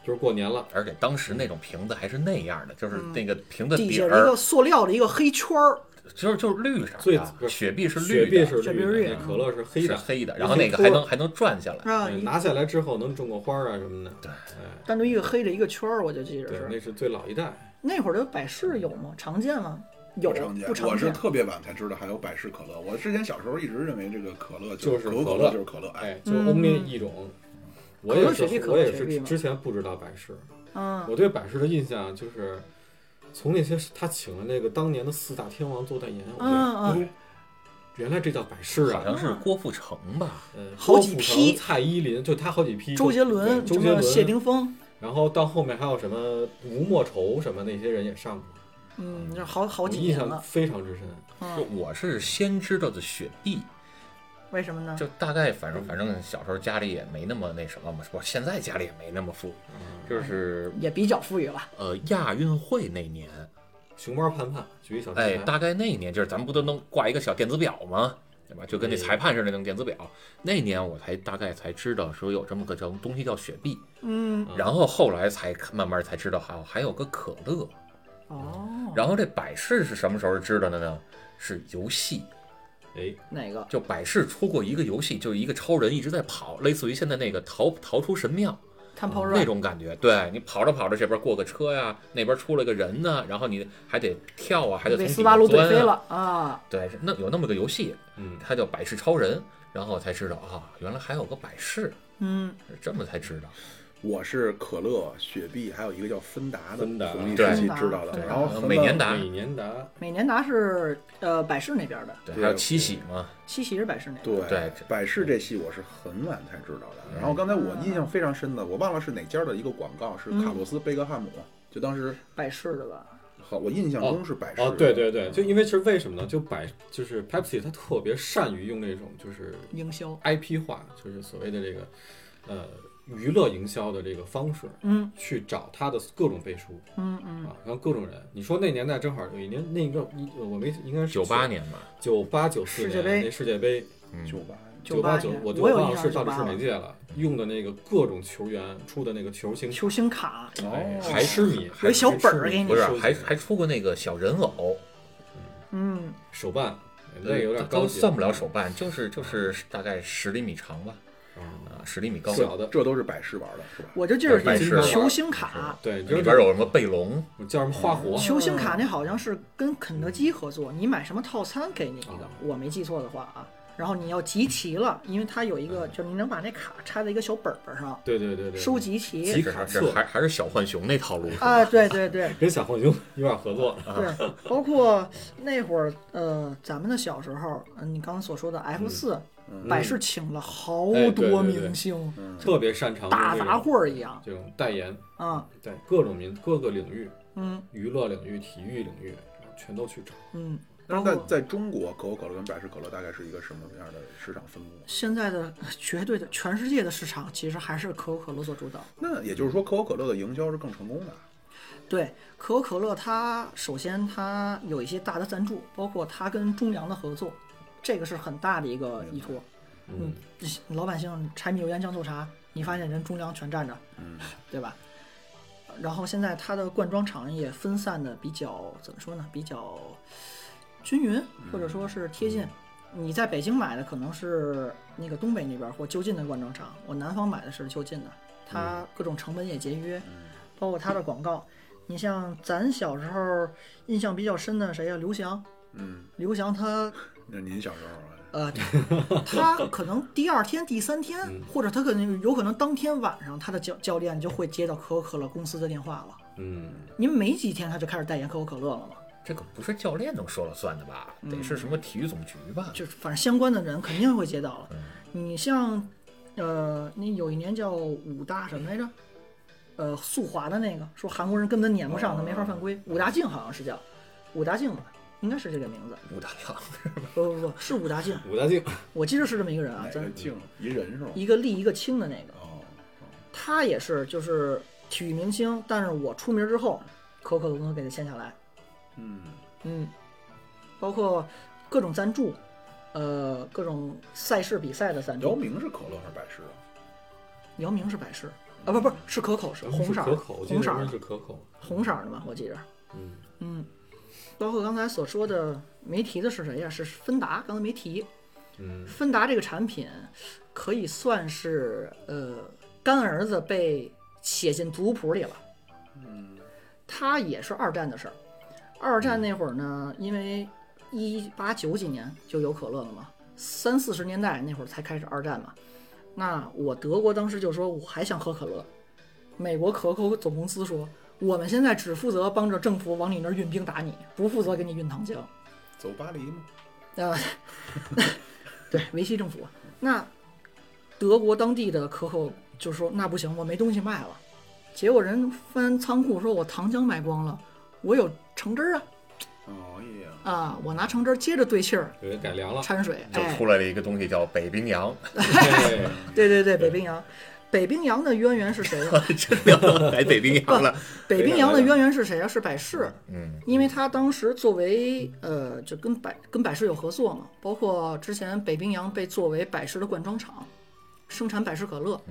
S2: 就是过年了，
S4: 而且当时那种瓶子还是那样的，
S2: 嗯
S4: 就是那个瓶子
S1: 底
S4: 底
S1: 下
S4: 儿
S1: 一个塑料的一个黑圈儿，
S4: 就是就是绿色
S2: 最
S4: 的，
S2: 不是
S4: 雪碧是
S2: 雪
S4: 绿
S2: 碧
S4: 的，
S2: 是
S1: 雪碧
S2: 绿
S1: 是绿
S2: 的，
S1: 的
S2: 那可乐是黑
S4: 是
S2: 的，
S4: 黑的，
S1: 有
S4: 然后那个
S1: 黑
S4: 还
S1: 托
S4: 能还能转下来，
S1: 啊，
S2: 嗯
S1: 一
S2: 拿下来之后能种个花儿啊什么的。
S4: 对
S2: 哎，
S1: 单独一个黑的一个圈儿，我就记着
S2: 对，
S1: 是
S2: 那是最老一代。
S1: 那会儿的百事有吗？常见吗？有
S3: 不常见
S1: 不，常
S3: 我是
S1: 见？
S3: 特别晚才知道还有百事可乐。我之前小时候一直认为这个可乐
S2: 就是
S3: 可口
S2: 可
S3: 可
S2: 乐
S3: 乐就是可乐，哎，
S2: 哎，就
S1: 嗯
S2: only 一种。我
S1: 可乐
S2: 也是
S1: 雪碧，可
S2: 我
S1: 乐
S2: 也
S1: 雪
S2: 是
S1: 碧嘛
S2: 之前不知道百事，
S1: 嗯，
S2: 我对百事的印象就是从那些他请了那个当年的四大天王做代言，我觉
S1: 嗯
S2: 得
S1: 嗯
S2: 哟，原来这叫百事
S4: 好
S2: 啊。
S4: 像是郭富城吧，
S2: 嗯，
S1: 好几
S2: 郭富城
S1: 批
S2: 蔡依林，就他好几批，
S1: 周杰伦、
S2: 对周
S1: 什
S2: 杰
S1: 么
S2: 伦、
S1: 谢霆锋，
S2: 然后到后面还有什么吴莫愁什么那些人也上过，
S1: 嗯，这好好
S2: 我
S1: 几
S2: 印
S1: 年
S2: 象
S1: 了。
S2: 非常之深。
S4: 就
S1: 嗯，
S4: 我是先知道的雪碧，
S1: 为什么呢？
S4: 就大概反正反正小时候家里也没那么那什么嘛，我现在家里也没那么富裕，就是
S1: 也比较富裕了。
S4: 呃亚运会那年，
S2: 熊猫盼盼举一小旗啊
S4: 哎，
S2: 牌
S4: 大概那一年就是咱们不都能挂一个小电子表吗？对吧？就跟那裁判似的那种电子表。那年我才大概才知道说有这么个叫东西叫雪碧，
S1: 嗯，
S2: 嗯
S4: 然后后来才慢慢才知道还有还有个可乐。
S1: 哦，
S4: 然后这百事是什么时候知道的呢？是游戏，
S2: 哎，
S1: 哪个？
S4: 就百事出过一个游戏，就是一个超人一直在跑，类似于现在那个逃逃出神庙
S1: 碳泡
S4: 那
S1: 软，
S4: 种感觉。对你跑着跑着，这边过个车呀、那边出了个人呢、然后你还得跳啊，还得从
S1: 被
S4: 底
S1: 斯
S4: 下
S1: 巴鲁怼飞
S4: 钻啊
S1: 了啊！
S4: 对，是那有那么个游戏，
S2: 嗯，
S4: 它叫百事超人，然后我才知道啊，原来还有个百事，
S1: 嗯，
S4: 是这么才知道。
S3: 我是可乐、雪碧，还有一个叫芬达的
S2: 芬达
S3: 同一时期
S1: 对
S3: 知道的
S1: 芬。达
S3: 然后
S4: 美年达，
S2: 美年达，
S1: 美年达是呃百事那边的，
S4: 对，还
S3: 对
S4: 有七喜嘛，
S1: 七喜是百事那边。
S3: 对
S4: 对
S3: 百事这戏我是很晚才知道
S2: 嗯
S3: 的。然后刚才我印象非常深的，我忘了是哪家的一个广告，是卡洛斯贝克汉姆，就当时
S1: 百事的吧？
S3: 好，我印象中是百事。
S2: 哦，对
S1: 嗯
S2: 对对，就因为是为什么呢？就百就是 Pepsi，它特别善于用那种就是
S1: 营销，
S2: IP 化，就是所谓的这个呃娱乐营销的这个方式，
S1: 嗯
S2: 去找它的各种背书
S1: 嗯嗯，
S2: 啊，让各种人。你说那年代正好有一年，那个一我没应该是
S4: 九八，年吧，
S2: 九八九四
S1: 世界
S2: 年
S1: 杯
S2: 那世界杯，
S4: 嗯
S3: 酒吧。
S2: 九
S1: 八
S2: 九
S1: 年，
S2: 我就
S1: 有
S2: 忘
S1: 印
S2: 了
S1: 象
S2: 是
S1: 九
S2: 到底
S1: 八
S2: 是哪届了，用的那个各种球员出的那个球星，
S1: 球星卡，
S2: 哎
S3: 哦，
S2: 还痴迷，
S1: 有一小本儿
S2: 还痴迷
S1: 给你
S4: 不是，
S2: 收集
S4: 还还出过那个小人偶，
S1: 嗯，
S2: 手办，那个有点
S4: 都
S2: 高
S4: 都
S2: 级，嗯
S4: 算不了手办，就是就是大概十厘米长吧，
S2: 啊，
S4: 啊，十厘米高。
S2: 小的，
S3: 这都是百事玩的，是吧？
S1: 我就记着
S4: 百
S1: 是
S4: 事
S1: 球星卡，
S2: 对，你知道
S4: 里边有什么贝龙，
S2: 叫什么花火，
S1: 球星卡那好像是跟肯德基合作，你买什么套餐给你一个
S2: 啊，
S1: 我没记错的话啊。然后你要集齐了，因为它有一个，就是你能把那卡插在一个小本本上，
S2: 对嗯对对对，
S1: 收集齐
S2: 集
S4: 这
S2: 卡
S4: 这
S2: 册
S4: 还还是小浣熊那套路。
S1: 啊，对对对，
S2: 跟小浣熊有点合作了，
S1: 对，包括那会儿，呃，咱们的小时候，嗯，你刚刚所说的 F 四、嗯百事请了好
S2: 嗯哎对
S1: 多
S2: 对对
S1: 明星，
S2: 特别擅长
S1: 大杂烩儿一样
S2: 这种代言，
S1: 啊，
S2: 对各种民各个领域，
S1: 嗯
S2: 娱乐领域、体育领域，全都去找。
S1: 嗯，
S3: 但
S1: 包
S3: 是在
S1: 括
S3: 在中国，可口可乐跟百事可乐大概是一个什么样的市场分布？
S2: 嗯
S1: 现在的呃绝对的全世界的市场，其实还是可口可乐所主导。
S3: 那也就是说，可口可乐的营销是更成功的。
S1: 对，可口可乐它首先它有一些大的赞助，包括它跟中粮的合作，这个是很大的一个依托。嗯，老百姓柴米油盐酱醋茶，你发现人中粮全占着，
S3: 嗯，
S1: 对吧？然后现在它的灌装厂也分散的比较怎么说呢？比较均匀，或者说是贴近。你在北京买的可能是那个东北那边或就近的灌装厂，我南方买的是就近的，它各种成本也节约，包括它的广告。你像咱小时候印象比较深的谁呀、刘翔，
S3: 嗯，
S1: 刘翔他
S3: 那您小时候啊，
S1: 呃， 对他可能第二天、第三天，
S3: 嗯
S1: 或者他可能有可能当天晚上，他的教教练就会接到可口可乐公司的电话了。
S2: 嗯，
S1: 因为没几天他就开始代言可口可乐了嘛，
S4: 这个不是教练能说了算的吧？得是什么体育总局吧？
S1: 就是反正相关的人肯定会接到了。
S3: 嗯
S1: 你像，呃，那有一年叫五大什么来着？呃，速滑的那个，说韩国人根本撵不
S3: 哦
S1: 上他，没法犯规。武大靖好像是叫武大靖吧，应该是这个名字。
S4: 武大郎，
S1: 不不不，是武大靖，
S2: 嗯武大靖，
S1: 我记得是这么一个人啊
S3: 哪，
S1: 咱
S3: 个静哎一人是吗？
S1: 一个立一个清的那个。
S3: 哦，
S1: 他也是就是体育明星，但是我出名之后，可口可乐公司给他签下来，
S3: 嗯，
S1: 嗯，包括各种赞助，呃各种赛事比赛的散
S3: 姚
S1: 装。
S3: 明是可乐还是百事啊？
S1: 姚明是百事啊，不不是是可口是红色
S2: 是
S1: 儿
S2: 可
S1: 的，
S2: 口，我记得
S1: 红色儿
S2: 应该
S1: 的
S2: 是可口。
S1: 红色儿的吧，我记着。
S2: 嗯，
S1: 嗯，包括刚才所说的没提的是谁呀？是芬达，刚才没提。
S2: 嗯，
S1: 芬达这个产品可以算是呃干儿子被写进族谱里了。
S3: 嗯，
S1: 它也是二战的事儿。二战那会儿呢，因为一八九几年就有可乐了嘛，三四十年代那会儿才开始二战嘛。那我德国当时就说我还想喝可乐，美国可口总公司说我们现在只负责帮着政府往你那儿运兵打你，不负责给你运糖浆。
S3: 走巴黎吗？
S1: 呃， 对，维希政府。那德国当地的可口就说那不行，我没东西卖了。结果人翻仓库说，我糖浆卖光了，我有橙汁儿啊
S3: 哦耶，
S1: 啊，我拿橙汁儿接着兑气儿
S2: 有人改 良了。
S1: 掺水，
S4: 哦就
S1: 哎，
S4: 出来了一个东西叫北 冰洋，
S2: 对，
S1: 对对对，北冰洋，北冰洋的渊源是 谁呀、
S4: 真聊到来北冰洋了。
S1: 北冰洋的渊源是谁啊？是百事。
S4: 嗯，
S1: 因为他当时作为呃，就跟百跟百事有合作嘛，包括之前北冰洋被作为百事的灌装厂，生产百事可乐，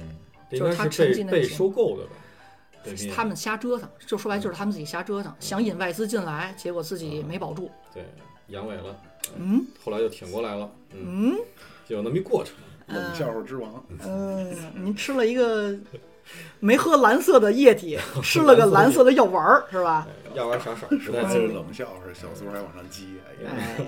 S2: 这
S1: 就是
S2: 应
S1: 他
S2: 该
S1: 沉
S2: 是
S1: 浸
S2: 被
S1: 那个
S2: 被
S1: 情
S2: 收购的吧？对嗯面
S1: 他们瞎折腾，就说白就是他们自己瞎折腾，想引外资进来，结果自
S2: 嗯
S1: 己没保住。
S2: 对阳痿了，
S1: 嗯
S2: 后来又挺过来了，嗯，
S1: 嗯
S2: 就有那么一过程。
S3: 冷笑话之王，
S1: 嗯，您吃了一 个没喝蓝色的液体，吃了个蓝色的药丸儿，是吧？
S2: 哎要玩啥色儿不
S3: 说
S2: 太
S3: 完
S2: 清
S3: 是
S2: 楚。
S3: 冷笑话，小苏还往上激，哎呀，
S1: 哎，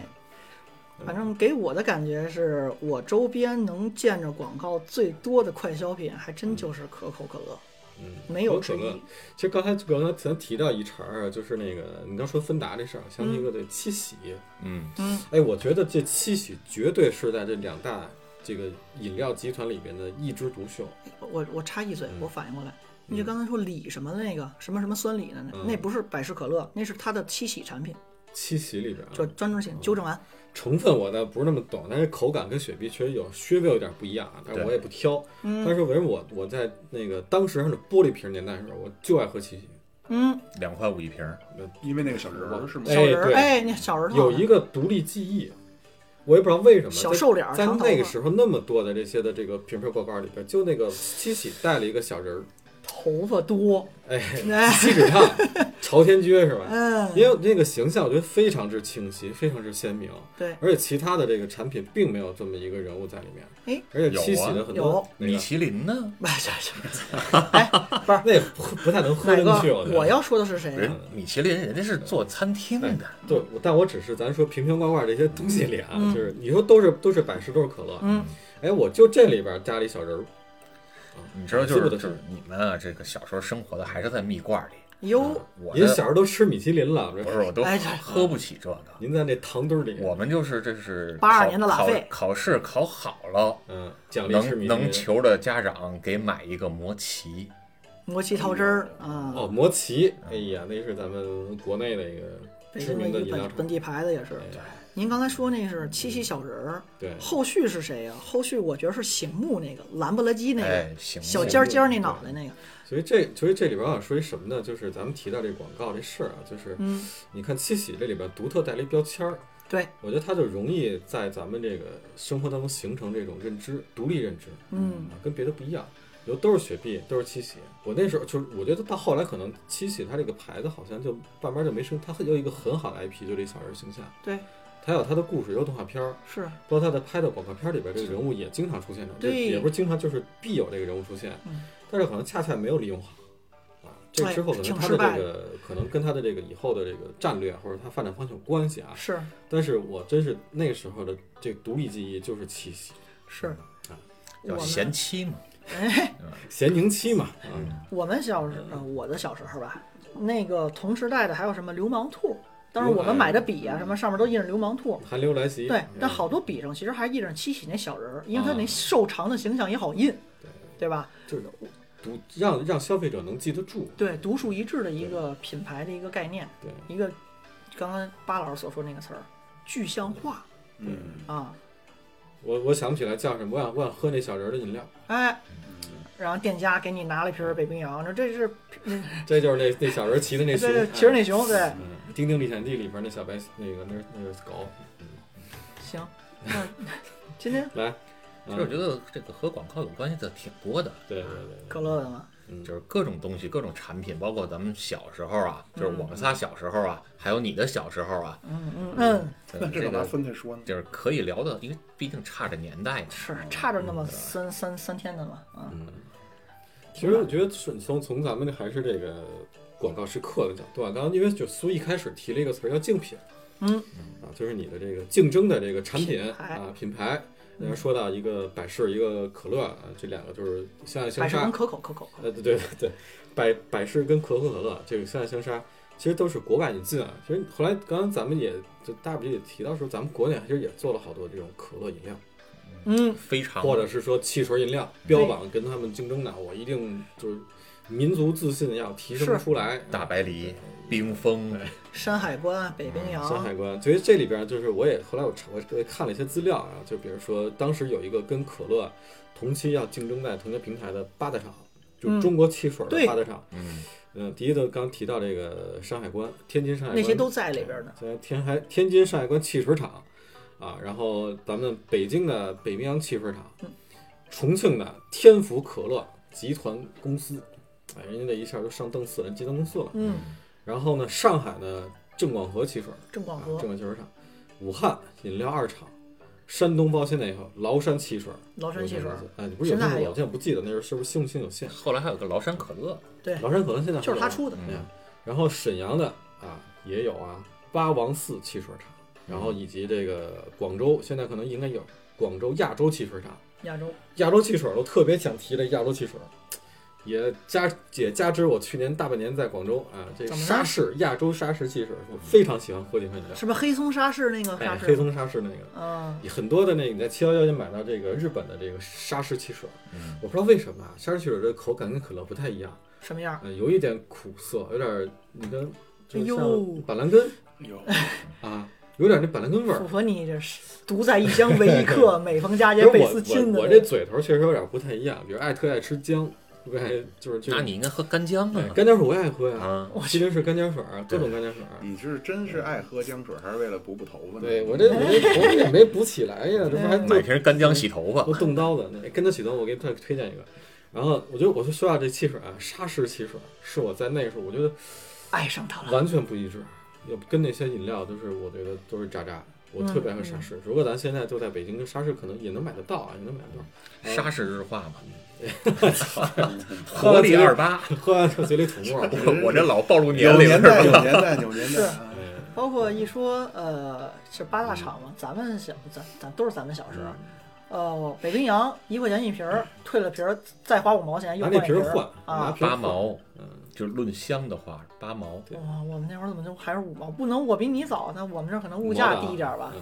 S1: 反正给我的感觉是我周边能见着广告最多的快消品，还真就是可口可乐，
S2: 嗯，
S1: 没有
S2: 可
S1: 之
S2: 乐
S1: 一。。
S2: 其实刚才刚才咱提到一茬儿啊，就是那个你刚说芬达这事儿，啊想起一个对七喜。
S4: 嗯，
S1: 嗯
S2: 哎，我觉得这七喜绝对是在这两大这个饮料集团里边的一枝独秀。
S1: 我我插一嘴，
S2: 嗯
S1: 我反应过来，你就刚才说李什么那个什么什么酸李的那
S2: 嗯
S1: 那不是百事可乐，那是它的七喜产品，
S2: 七喜里边啊，
S1: 就专门性纠正完。
S2: 成分我倒不是那么懂，但是口感跟雪碧确实有稍微有点不一样，啊，但是我也不挑。
S1: 嗯
S2: 但是反正我我在那个当时还是玻璃瓶年代的时候，我就爱喝七喜。
S1: 嗯，
S4: 两块五一瓶儿，
S3: 因为那个小人儿是吗？
S1: 小人
S2: 哎对
S1: 儿，哎，那小人儿
S2: 有一个独立记忆，我也不知道为什么
S1: 小
S2: 在
S1: 瘦脸儿
S2: 在
S1: 长头
S2: 那个
S1: 发
S2: 时候那么多的这些的这个瓶瓶罐罐里边，就那个七喜带了一个小人儿，
S1: 头发多，
S2: 哎，
S1: 哎，
S2: 锡纸烫，朝天撅是吧？
S1: 嗯，
S2: 因为那个形象我觉得非常之清晰，非常之鲜明，
S1: 对，
S2: 而且其他的这个产品并没有这么一个人物在里面。
S1: 哎，
S2: 而且七喜的很
S1: 有
S2: 多
S1: 啊
S2: 那个
S4: 米其林呢？
S1: 哎，
S2: 那不不太能喝
S1: 奶
S2: 进
S1: 哥
S2: 去，觉，得
S1: 我要说的是谁啊
S4: 人
S2: 哎
S1: 呀？
S4: 米其林人家是做餐厅的，
S2: 对，我但我只是咱说瓶瓶罐罐这些东西里啊，就是你说都是都是百事都是可乐，
S1: 嗯，
S2: 哎，我就这里边加了一小人儿，
S4: 你知道就是
S2: 是
S4: 就
S2: 的
S4: 是你们啊，这个小时候生活的还是在蜜罐里。
S1: 哟，
S4: 我
S2: 您
S4: 的
S2: 小时候都吃米其林了，
S4: 不是我都
S1: 哎这
S4: 喝不起这个，
S2: 您在那糖堆里，
S4: 我们就是这是
S1: 82
S4: 考
S1: 年的拉
S4: 考
S1: 菲
S4: 考试考好了，
S2: 嗯，奖励吃
S4: 能
S2: 米
S4: 能
S2: 其林。
S4: 求着家长给买一个魔奇，
S1: 磨奇桃汁儿啊，
S2: 哦，魔奇，
S4: 嗯
S2: 哎呀，那是咱们国内的一个
S1: 北
S2: 知
S1: 京
S2: 名
S1: 的
S2: 的
S1: 一
S2: 饮料
S1: 本本
S2: 厂。哎
S1: 地牌子也是。您刚才说那是七喜小人儿，
S2: 对，
S1: 后续是谁呀？后续我觉得是醒目那个蓝不拉几那
S4: 哎
S1: 个，
S4: 醒目
S1: 小尖儿尖儿那脑袋那个，
S2: 所以这所以这里边我想说一什么呢？就是咱们提到这广告这事儿啊，就是
S1: 嗯，
S2: 你看七喜这里边独特带了一标签儿，
S1: 对，
S2: 我觉得它就容易在咱们这个生活当中形成这种认知，独立认知。
S1: 嗯
S2: 啊，跟别的不一样，有都是雪碧，都是七喜。我那时候就是，我觉得到后来可能七喜它这个牌子好像就慢慢就没声，它很有一个很好的 IP，就这小人形象，
S1: 对，
S2: 它有它的故事，也有动画片儿，
S1: 是，
S2: 包括它的拍的广告片儿里边这个人物也经常出现的，这
S1: 对
S2: 也不是经常，就是必有这个人物出现，
S1: 嗯
S2: 但是可能恰恰没有利用好。啊，这
S1: 哎
S2: 之后可
S1: 挺
S2: 能它
S1: 失
S2: 的
S1: 败
S2: 这个可能跟它的这个以后的这个战略或者它发展方向有关系啊。
S1: 是
S2: 但是我真是那时候的这个独立记忆就是七喜，
S1: 是，
S2: 嗯啊
S1: 我
S4: 叫
S1: 们
S4: 贤妻嘛。
S2: 咸宁七嘛，啊，
S4: 嗯
S1: 我们小时呃，我的小时候吧，那个同时代的还有什么流氓兔，当时我们买的笔啊，什么上面都印着流氓兔。
S2: 寒流来袭。
S1: 对
S2: 嗯，
S1: 但好多笔上其实还印着七喜那小人儿，因为他那瘦长的形象也好印，对吧？
S2: 就是读让让消费者能记得住。
S1: 对，独树一帜的一个品牌的一个概念，
S2: 对，
S1: 一个刚刚巴老师所说那个词儿，具象化
S3: 嗯，
S1: 啊，
S2: 我我想不起来叫什么，我想我想喝那小人儿的饮料，
S1: 哎，然后店家给你拿了一瓶北冰洋，说这是
S2: 这就是那那小人儿骑的
S1: 这
S2: 那熊，
S1: 是骑着那熊，对，
S4: 嗯
S2: 嗯，《丁丁历险记》里边那小白那个那那个狗，
S1: 行， 今天
S2: 来，
S4: 其实我
S2: 得
S4: 觉得这个和广告有关系的挺多的，
S2: 对对对
S1: 可乐的嘛，
S2: 嗯
S4: 就是各种东西、各种产品，包括咱们小时候啊，就是我们仨小时候啊，还有你的小时候啊，
S1: 嗯嗯嗯，
S4: 嗯
S3: 这
S4: 这
S3: 干嘛
S4: 个
S3: 分开说呢？
S4: 就是可以聊的，因为毕竟差着年代嘛。
S1: 是差着那么三三三天的嘛，啊，
S2: 嗯，其实我觉得是从从咱们还是这个广告时刻的角度啊，当然因为就苏一开始提了一个词儿叫竞品，
S1: 嗯
S2: 啊，就是你的这个竞争的这个产品
S1: 品牌
S2: 啊品牌，然后说到一个百事一个可乐啊，这两个就是相爱
S1: 百
S2: 相
S1: 事
S2: 杀
S1: 跟，可口可口，
S2: 呃对对对，百百事跟可口可乐这个相爱相杀。其实都是国外引进啊。其实后来，刚刚咱们也就大不也提到说，咱们国内其实也做了好多这种可乐饮料，
S1: 嗯，
S4: 非常
S2: 或者是说汽水饮料标榜跟他们竞争的，我一定就是民族自信要提升
S1: 是
S2: 出来。
S4: 大白梨、冰峰，
S1: 山海关、北冰
S2: 嗯山
S1: 洋，
S2: 海关，所以这里边就是我也后来我查我看了一些资料啊，就比如说当时有一个跟可乐同期要竞争在同一个平台的八大厂，就是
S1: 嗯
S2: 中国汽水的
S1: 对
S2: 八大厂。
S4: 嗯，
S2: 嗯，第一个刚提到这个山海关，天津山海
S1: 那
S2: 关
S1: 些都在里边呢。
S2: 在天海天津山海关汽水厂啊，然后咱们北京的北冰洋汽水厂，
S1: 嗯
S2: 重庆的天府可乐集团公司，哎，人家这一下就上档次了，集团公司了。
S1: 嗯，
S2: 然后呢，上海的正广和汽水，
S1: 郑
S2: 啊
S1: 广，和
S2: 正、广汽水厂，武汉饮料二厂。山东包现在以后，崂山汽水，
S1: 崂山汽水，
S2: 哎，不是有
S1: 现在
S2: 那
S1: 还
S2: 个，
S1: 有
S2: 我现在不记得那时候是不是信不信有限。
S4: 后来还有个崂山可乐，嗯
S1: 对，
S2: 崂山可乐现在还
S1: 就是他
S2: 有吗
S1: 出的，
S2: 对啊，然后沈阳的啊也有啊，八王寺汽水厂，然后以及这个广州现在可能应该有广州亚洲汽水厂，
S1: 亚洲
S2: 亚洲汽水我特别想提这亚洲汽水，也加也加之我去年大半年在广州啊，这
S1: 怎么了
S2: 沙士亚洲沙士汽水我非常喜欢喝这款饮料，
S1: 是不是黑松沙士那个
S2: 哎
S1: 沙
S2: 黑
S1: 士？
S2: 松沙士那个。
S1: 嗯，
S2: 很多的那个你在七幺幺也买到这个日本的这个沙士汽水，
S4: 嗯
S2: 我不知道为什么啊，沙士汽水的口感跟可乐不太一样，
S1: 什么样？
S2: 呃，有一点苦涩，有点儿那个，
S1: 哎
S2: 就是
S1: 呦
S2: 像板蓝根
S3: 有
S2: 啊，有点那板蓝根味儿
S1: 符。合你这是独在异乡为异 客，每逢佳
S2: 不
S1: 节
S2: 是
S1: 倍思亲
S2: 我
S1: 的
S2: 我我
S1: 那
S2: 这
S1: 个。
S2: 嘴头确实有点不太一样，比如爱特爱吃姜，不爱就是就是
S4: 那你应该喝干姜
S2: 哎
S4: 啊
S2: 干姜水我也爱喝呀，
S4: 啊！嗯
S2: 我西林是干姜水儿，各种干姜水儿。
S3: 你是真是爱喝姜水，还是为了补补头发呢？
S2: 对我这我这头发也没补起来呀，这不还
S4: 买
S2: 就
S4: 瓶干姜洗头发
S2: 都，动刀子呢。哎跟他洗头，我给他推荐一个。然后我就我就说下这汽水啊，沙士汽水是我在那时候我觉得
S1: 爱上他了，
S2: 完全不一致，也跟那些饮料就是我觉得都是渣渣。我特别爱喝
S1: 嗯
S2: 沙士，如果咱现在就在北京，跟沙士可能也能买得到啊，也能买得到。 哎
S4: 沙士日化嘛，
S2: 喝完
S4: 活力
S2: 嘴里
S4: 二八，
S2: 喝完就嘴里吐 沫儿。
S4: 我我这老暴露 年
S3: 有
S4: 龄
S3: 年
S4: 是
S3: 代
S4: 吧？
S3: 有年代有年代啊！
S2: 哎
S1: 包括一说呃是八大厂
S2: 嗯
S1: 嘛，咱们小咱咱都是咱们小时候，呃北冰洋一块钱一瓶儿，退了瓶儿再花五毛钱又
S2: 嗯
S1: 换一
S2: 拿那
S1: 瓶
S2: 瓶儿
S1: 儿
S2: 换，拿
S1: 啊。
S2: 瓶儿
S4: 八
S2: 换。
S4: 毛，
S2: 嗯，
S4: 就是论箱的话，八毛。
S2: 对
S1: 哇，我们那会儿怎么就还是五毛？不能，我比你早，那我们这儿可能物价
S2: 啊
S1: 低一点儿
S2: 嗯
S1: 吧。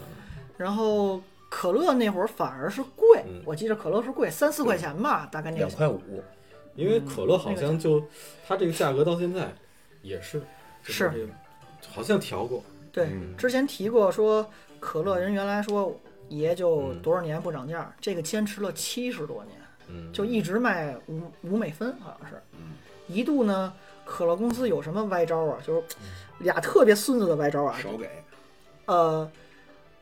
S1: 然后可乐那会儿反而是贵，
S2: 嗯
S1: 我记得可乐是贵，三四块钱吧，大概那
S4: 两
S1: 个。
S4: 块五，
S2: 因为可乐
S1: 嗯
S2: 好像就它这个价格到现在也是，就是这个好像调过。
S1: 对，
S4: 嗯
S1: 之前提过说可乐，人原来说爷就多少年不涨价，这个坚持了七十多年，
S2: 嗯，
S1: 就一直卖五五美分，好像是
S3: 嗯。
S1: 一度呢，可乐公司有什么歪招啊？就是俩特别孙子的歪招啊。
S3: 少给，
S1: 呃，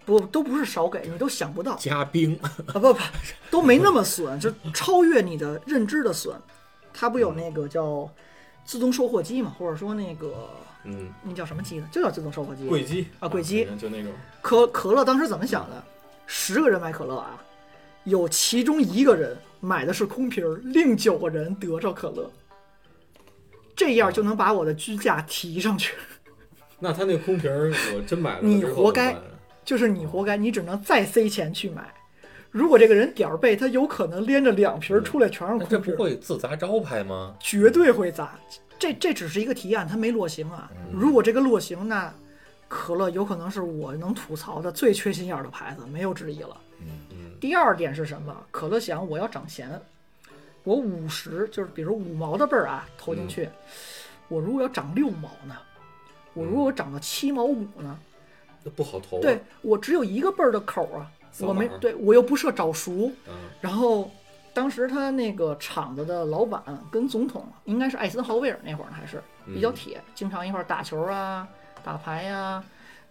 S1: 不，都不是少给，你都想不到。
S4: 加冰，
S1: 啊不不，都没那么损，就超越你的认知的损。它不有那个叫自动售货机嘛，或者说那个
S2: 嗯，
S1: 那叫什么机呢？就叫自动售货机。
S2: 桂鸡
S1: 啊桂鸡
S2: 反正就那种
S1: 可可乐当时怎么想的？十个人买可乐啊，有其中一个人买的是空瓶儿，另九个人得着可乐，这样就能把我的均价提上去。
S2: 那他那空瓶儿，我真买了
S1: 你
S2: 之后
S1: 活该
S2: 怎么办
S1: 就是你活该，你只能再塞钱去买。如果这个人点儿背，他有可能连着两瓶儿出来全是
S4: 嗯那这
S1: 空瓶
S4: 不
S1: 儿。
S4: 会自砸招牌吗？
S1: 绝对会砸。这这只是一个提案，它没落行啊。
S2: 嗯
S1: 如果这个落行，那可乐有可能是我能吐槽的最缺心眼儿的牌子，没有之一了。
S2: 嗯
S1: 第二点是什么？可乐想我要涨钱，我五十就是比如五毛的倍儿啊投进
S2: 嗯
S1: 去，我如果要涨六毛呢？我
S2: 嗯
S1: 如果涨到七毛五呢？
S2: 那不好投啊。
S1: 对我只有一个倍儿的口儿啊，
S2: 扫
S1: 我没
S2: 码儿
S1: 对我又不设早熟，
S2: 嗯，
S1: 然后当时他那个厂子的老板跟总统应该是
S2: 嗯
S1: 艾森豪威尔那会儿还是比较铁，经常一块儿打球啊、打牌呀、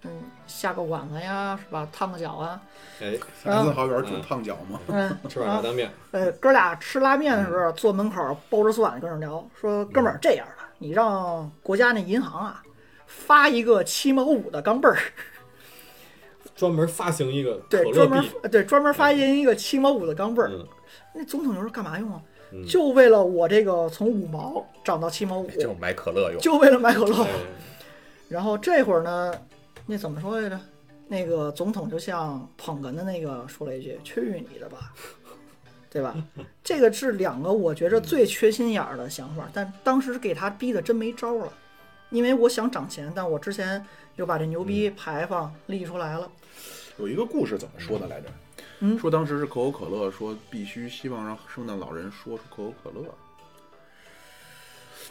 S1: 嗯，下个馆子呀，是吧？烫个脚啊，
S2: 哎，
S3: 三四好友煮烫脚嘛，
S1: 嗯，
S2: 吃碗炸
S1: 啊
S2: 酱面，
S1: 呃，哥俩吃拉面的时候，坐门口包着蒜跟人聊，说哥们儿这样吧，你让国家那银行啊发一个七毛五的钢镚儿，
S2: 专门发行一个可
S1: 对，
S2: 乐
S1: 专门
S2: 币，
S1: 呃对专门发行一个七毛五的钢镚儿。
S2: 嗯，
S1: 那总统就说干嘛用啊？
S2: 嗯
S1: 就为了我这个从五毛涨到七毛五，
S4: 就哎买可乐用。
S1: 就为了买可乐。
S2: 哎
S1: 然后这会儿呢，那怎么说来着？那个总统就像捧哏的那个说了一句：“去你的吧， 对吧？”这个是两个我觉着最缺心眼儿的想法，但当时给他逼的真没招儿了。因为我想涨钱，但我之前又把这牛逼牌坊立出来了。
S3: 有一个故事怎么说的来着？
S1: 嗯
S3: 说当时是可口可乐说必须希望让圣诞老人说出可口可乐，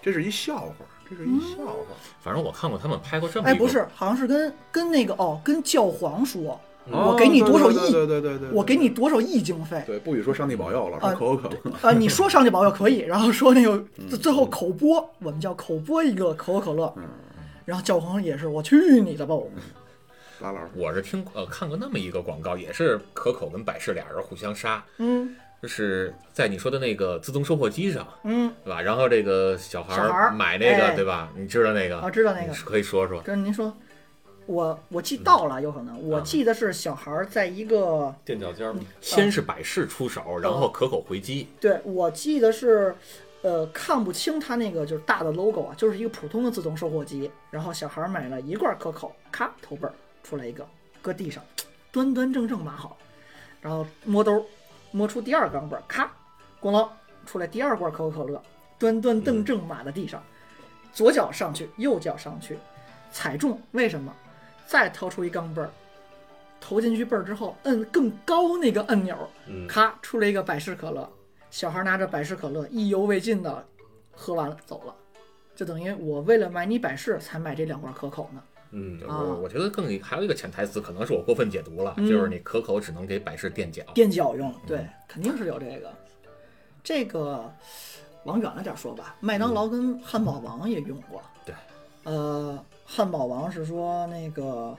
S3: 这是一笑话，这是一笑话。
S4: 反正我看过他们拍过这么
S1: 哎，
S4: 一个，
S1: 不是，好像是跟跟那个哦，跟教皇说，
S2: 嗯
S1: 我给你多少亿
S3: 哦对对对对对对，对
S1: 我给你多少亿经费
S3: 对，不许说上帝保佑了，说
S1: 啊
S3: 可口可乐。
S1: 啊、你说上去保佑可以，然后说那个最最后口播，我们叫口播一个可口可乐，然后教皇也是，我去你的吧！
S3: 拉老师，
S4: 我是听呃看过那么一个广告，也是可口跟百事俩人互相杀，
S1: 嗯
S4: 就是在你说的那个自动售货机上，
S1: 嗯，
S4: 对吧？然后这个小孩
S1: 小孩儿
S4: 儿买那个，
S1: 哎
S4: 对吧？你知道那个？
S1: 啊，知道那个嗯
S4: 你，是可以说说。
S1: 跟您说，我我记到了，有可能我记得是小孩儿在一个，
S2: 垫脚尖儿，
S4: 先是百事出手，然
S1: 嗯
S4: 后可口回击，
S1: 对我记得是。呃，看不清它那个就是大的 logo 啊，就是一个普通的自动售货机。然后小孩儿买了一罐可口，咔投奔儿出来一个，搁地上，端端正正码好，然后摸兜儿，摸出第二钢镚儿，咔，咣啷出来第二罐可口可乐，端端正正码在地上，左脚上去，右脚上去，踩中，为什么？再掏出一钢镚儿，投进去镚儿之后，摁更高那个按钮儿，
S2: 嗯
S1: 咔出来一个百事可乐，小孩拿着百事可乐意犹未尽的喝完了走了。就等于我为了买你百事才买这两罐可口呢，
S2: 嗯
S4: 对，
S1: 啊
S4: 我我觉得更还有一个潜台词，可能是我过分解读了，
S1: 嗯
S4: 就是你可口只能给百事垫脚，
S1: 垫脚用，对，肯定是有这个。这个往远了点说吧，麦当劳跟汉堡王也用过。
S4: 对，
S1: 呃，汉堡王是说那个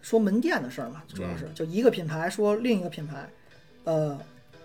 S1: 说门店的事儿嘛，主要是、就一个品牌说另一个品牌，呃，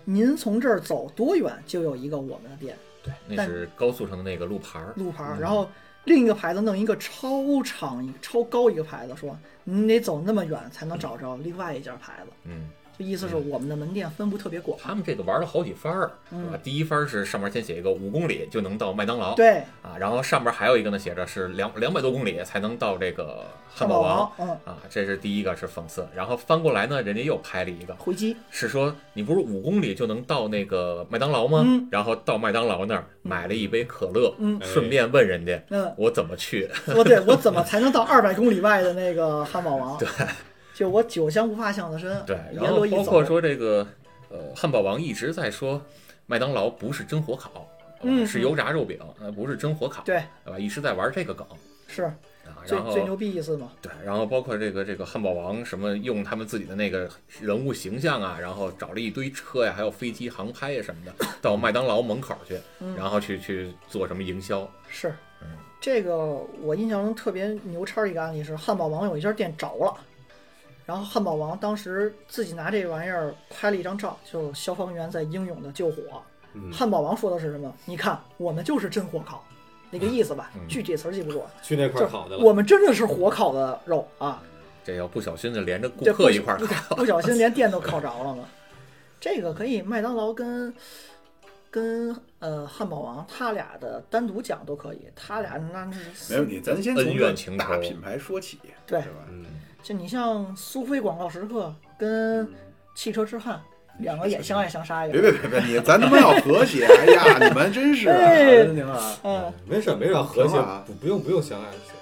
S1: 您从这儿走多远就有一个我们的店
S4: 对，那
S1: 但
S4: 是高速上的那个路牌儿，
S1: 路牌儿，然后另一个牌子弄一个超长一超高一个牌子，说你得走那么远才能找着另外一家牌子，
S4: 嗯。
S1: 就意思是我们的门店分布特别广。
S4: 他们这个玩了好几番儿，是吧？第一番儿是上面先写一个五公里就能到麦当劳，
S1: 嗯对，
S4: 啊，然后上面还有一个呢，写着是两两百多公里才能到这个汉堡王
S1: 汉堡王
S4: 啊，这是第一个是讽刺。然后翻过来呢，人家又拍了一个，
S1: 回击。
S4: 是说你不是五公里就能到那个麦当劳吗？
S1: 嗯
S4: 然后到麦当劳那儿买了一杯可乐，
S1: 嗯
S4: 顺便问人家
S1: 嗯，
S4: 我怎么去，
S1: 我对我怎么才能到二百公里外的那个汉堡王？对，就我酒香不怕巷子深，
S4: 对，
S1: 沿
S4: 然后
S1: 路
S4: 包
S1: 一
S4: 括
S1: 走，
S4: 说这个，呃，汉堡王一直在说，麦当劳不是真火烤，呃
S1: 嗯
S4: 是油炸肉饼，呃，不是真火烤，
S1: 对，
S4: 对吧？啊一直在玩这个梗
S1: 是
S4: 啊，
S1: 最
S4: 然后
S1: 最牛逼一次嘛。
S4: 对，然后包括这个这个汉堡王什么用他们自己的那个人物形象啊，然后找了一堆车呀，还有飞机航拍呀什么的，到麦当劳门口去，
S1: 嗯
S4: 然后去去做什么营销，
S1: 是，这个我印象中特别牛叉一个案例是汉堡王有一家店着了，然后汉堡王当时自己拿这玩意儿拍了一张照，就消防员在英勇的救火。
S2: 嗯
S1: 汉堡王说的是什么？你看，我们就是真火烤，那个意思吧，具体词儿记不住。
S2: 去那块
S1: 就
S2: 儿烤去了，
S1: 我们真的是火烤的肉啊，
S4: 这要不小心的连着顾
S1: 这
S4: 客一块儿
S1: 不
S4: 烤，
S1: 不不小心连店都烤着了嘛。这个可以，麦当劳跟跟呃汉堡王他俩的单独讲都可以，他俩那是
S3: 没问题，咱先从
S4: 恩怨情仇
S3: 大品牌说起，
S1: 对
S3: 对吧？
S2: 嗯，
S1: 就你像苏菲广告时刻跟汽车之汉两个也相爱相杀一
S3: 别
S1: 样，
S3: 别别别，你咱他妈要和谐！哎呀，你们真是啊，
S1: 哎
S3: 真行啊！
S1: 嗯，
S2: 没事儿没事儿，和谐
S3: 行了啊
S2: 不不用不用相爱就行，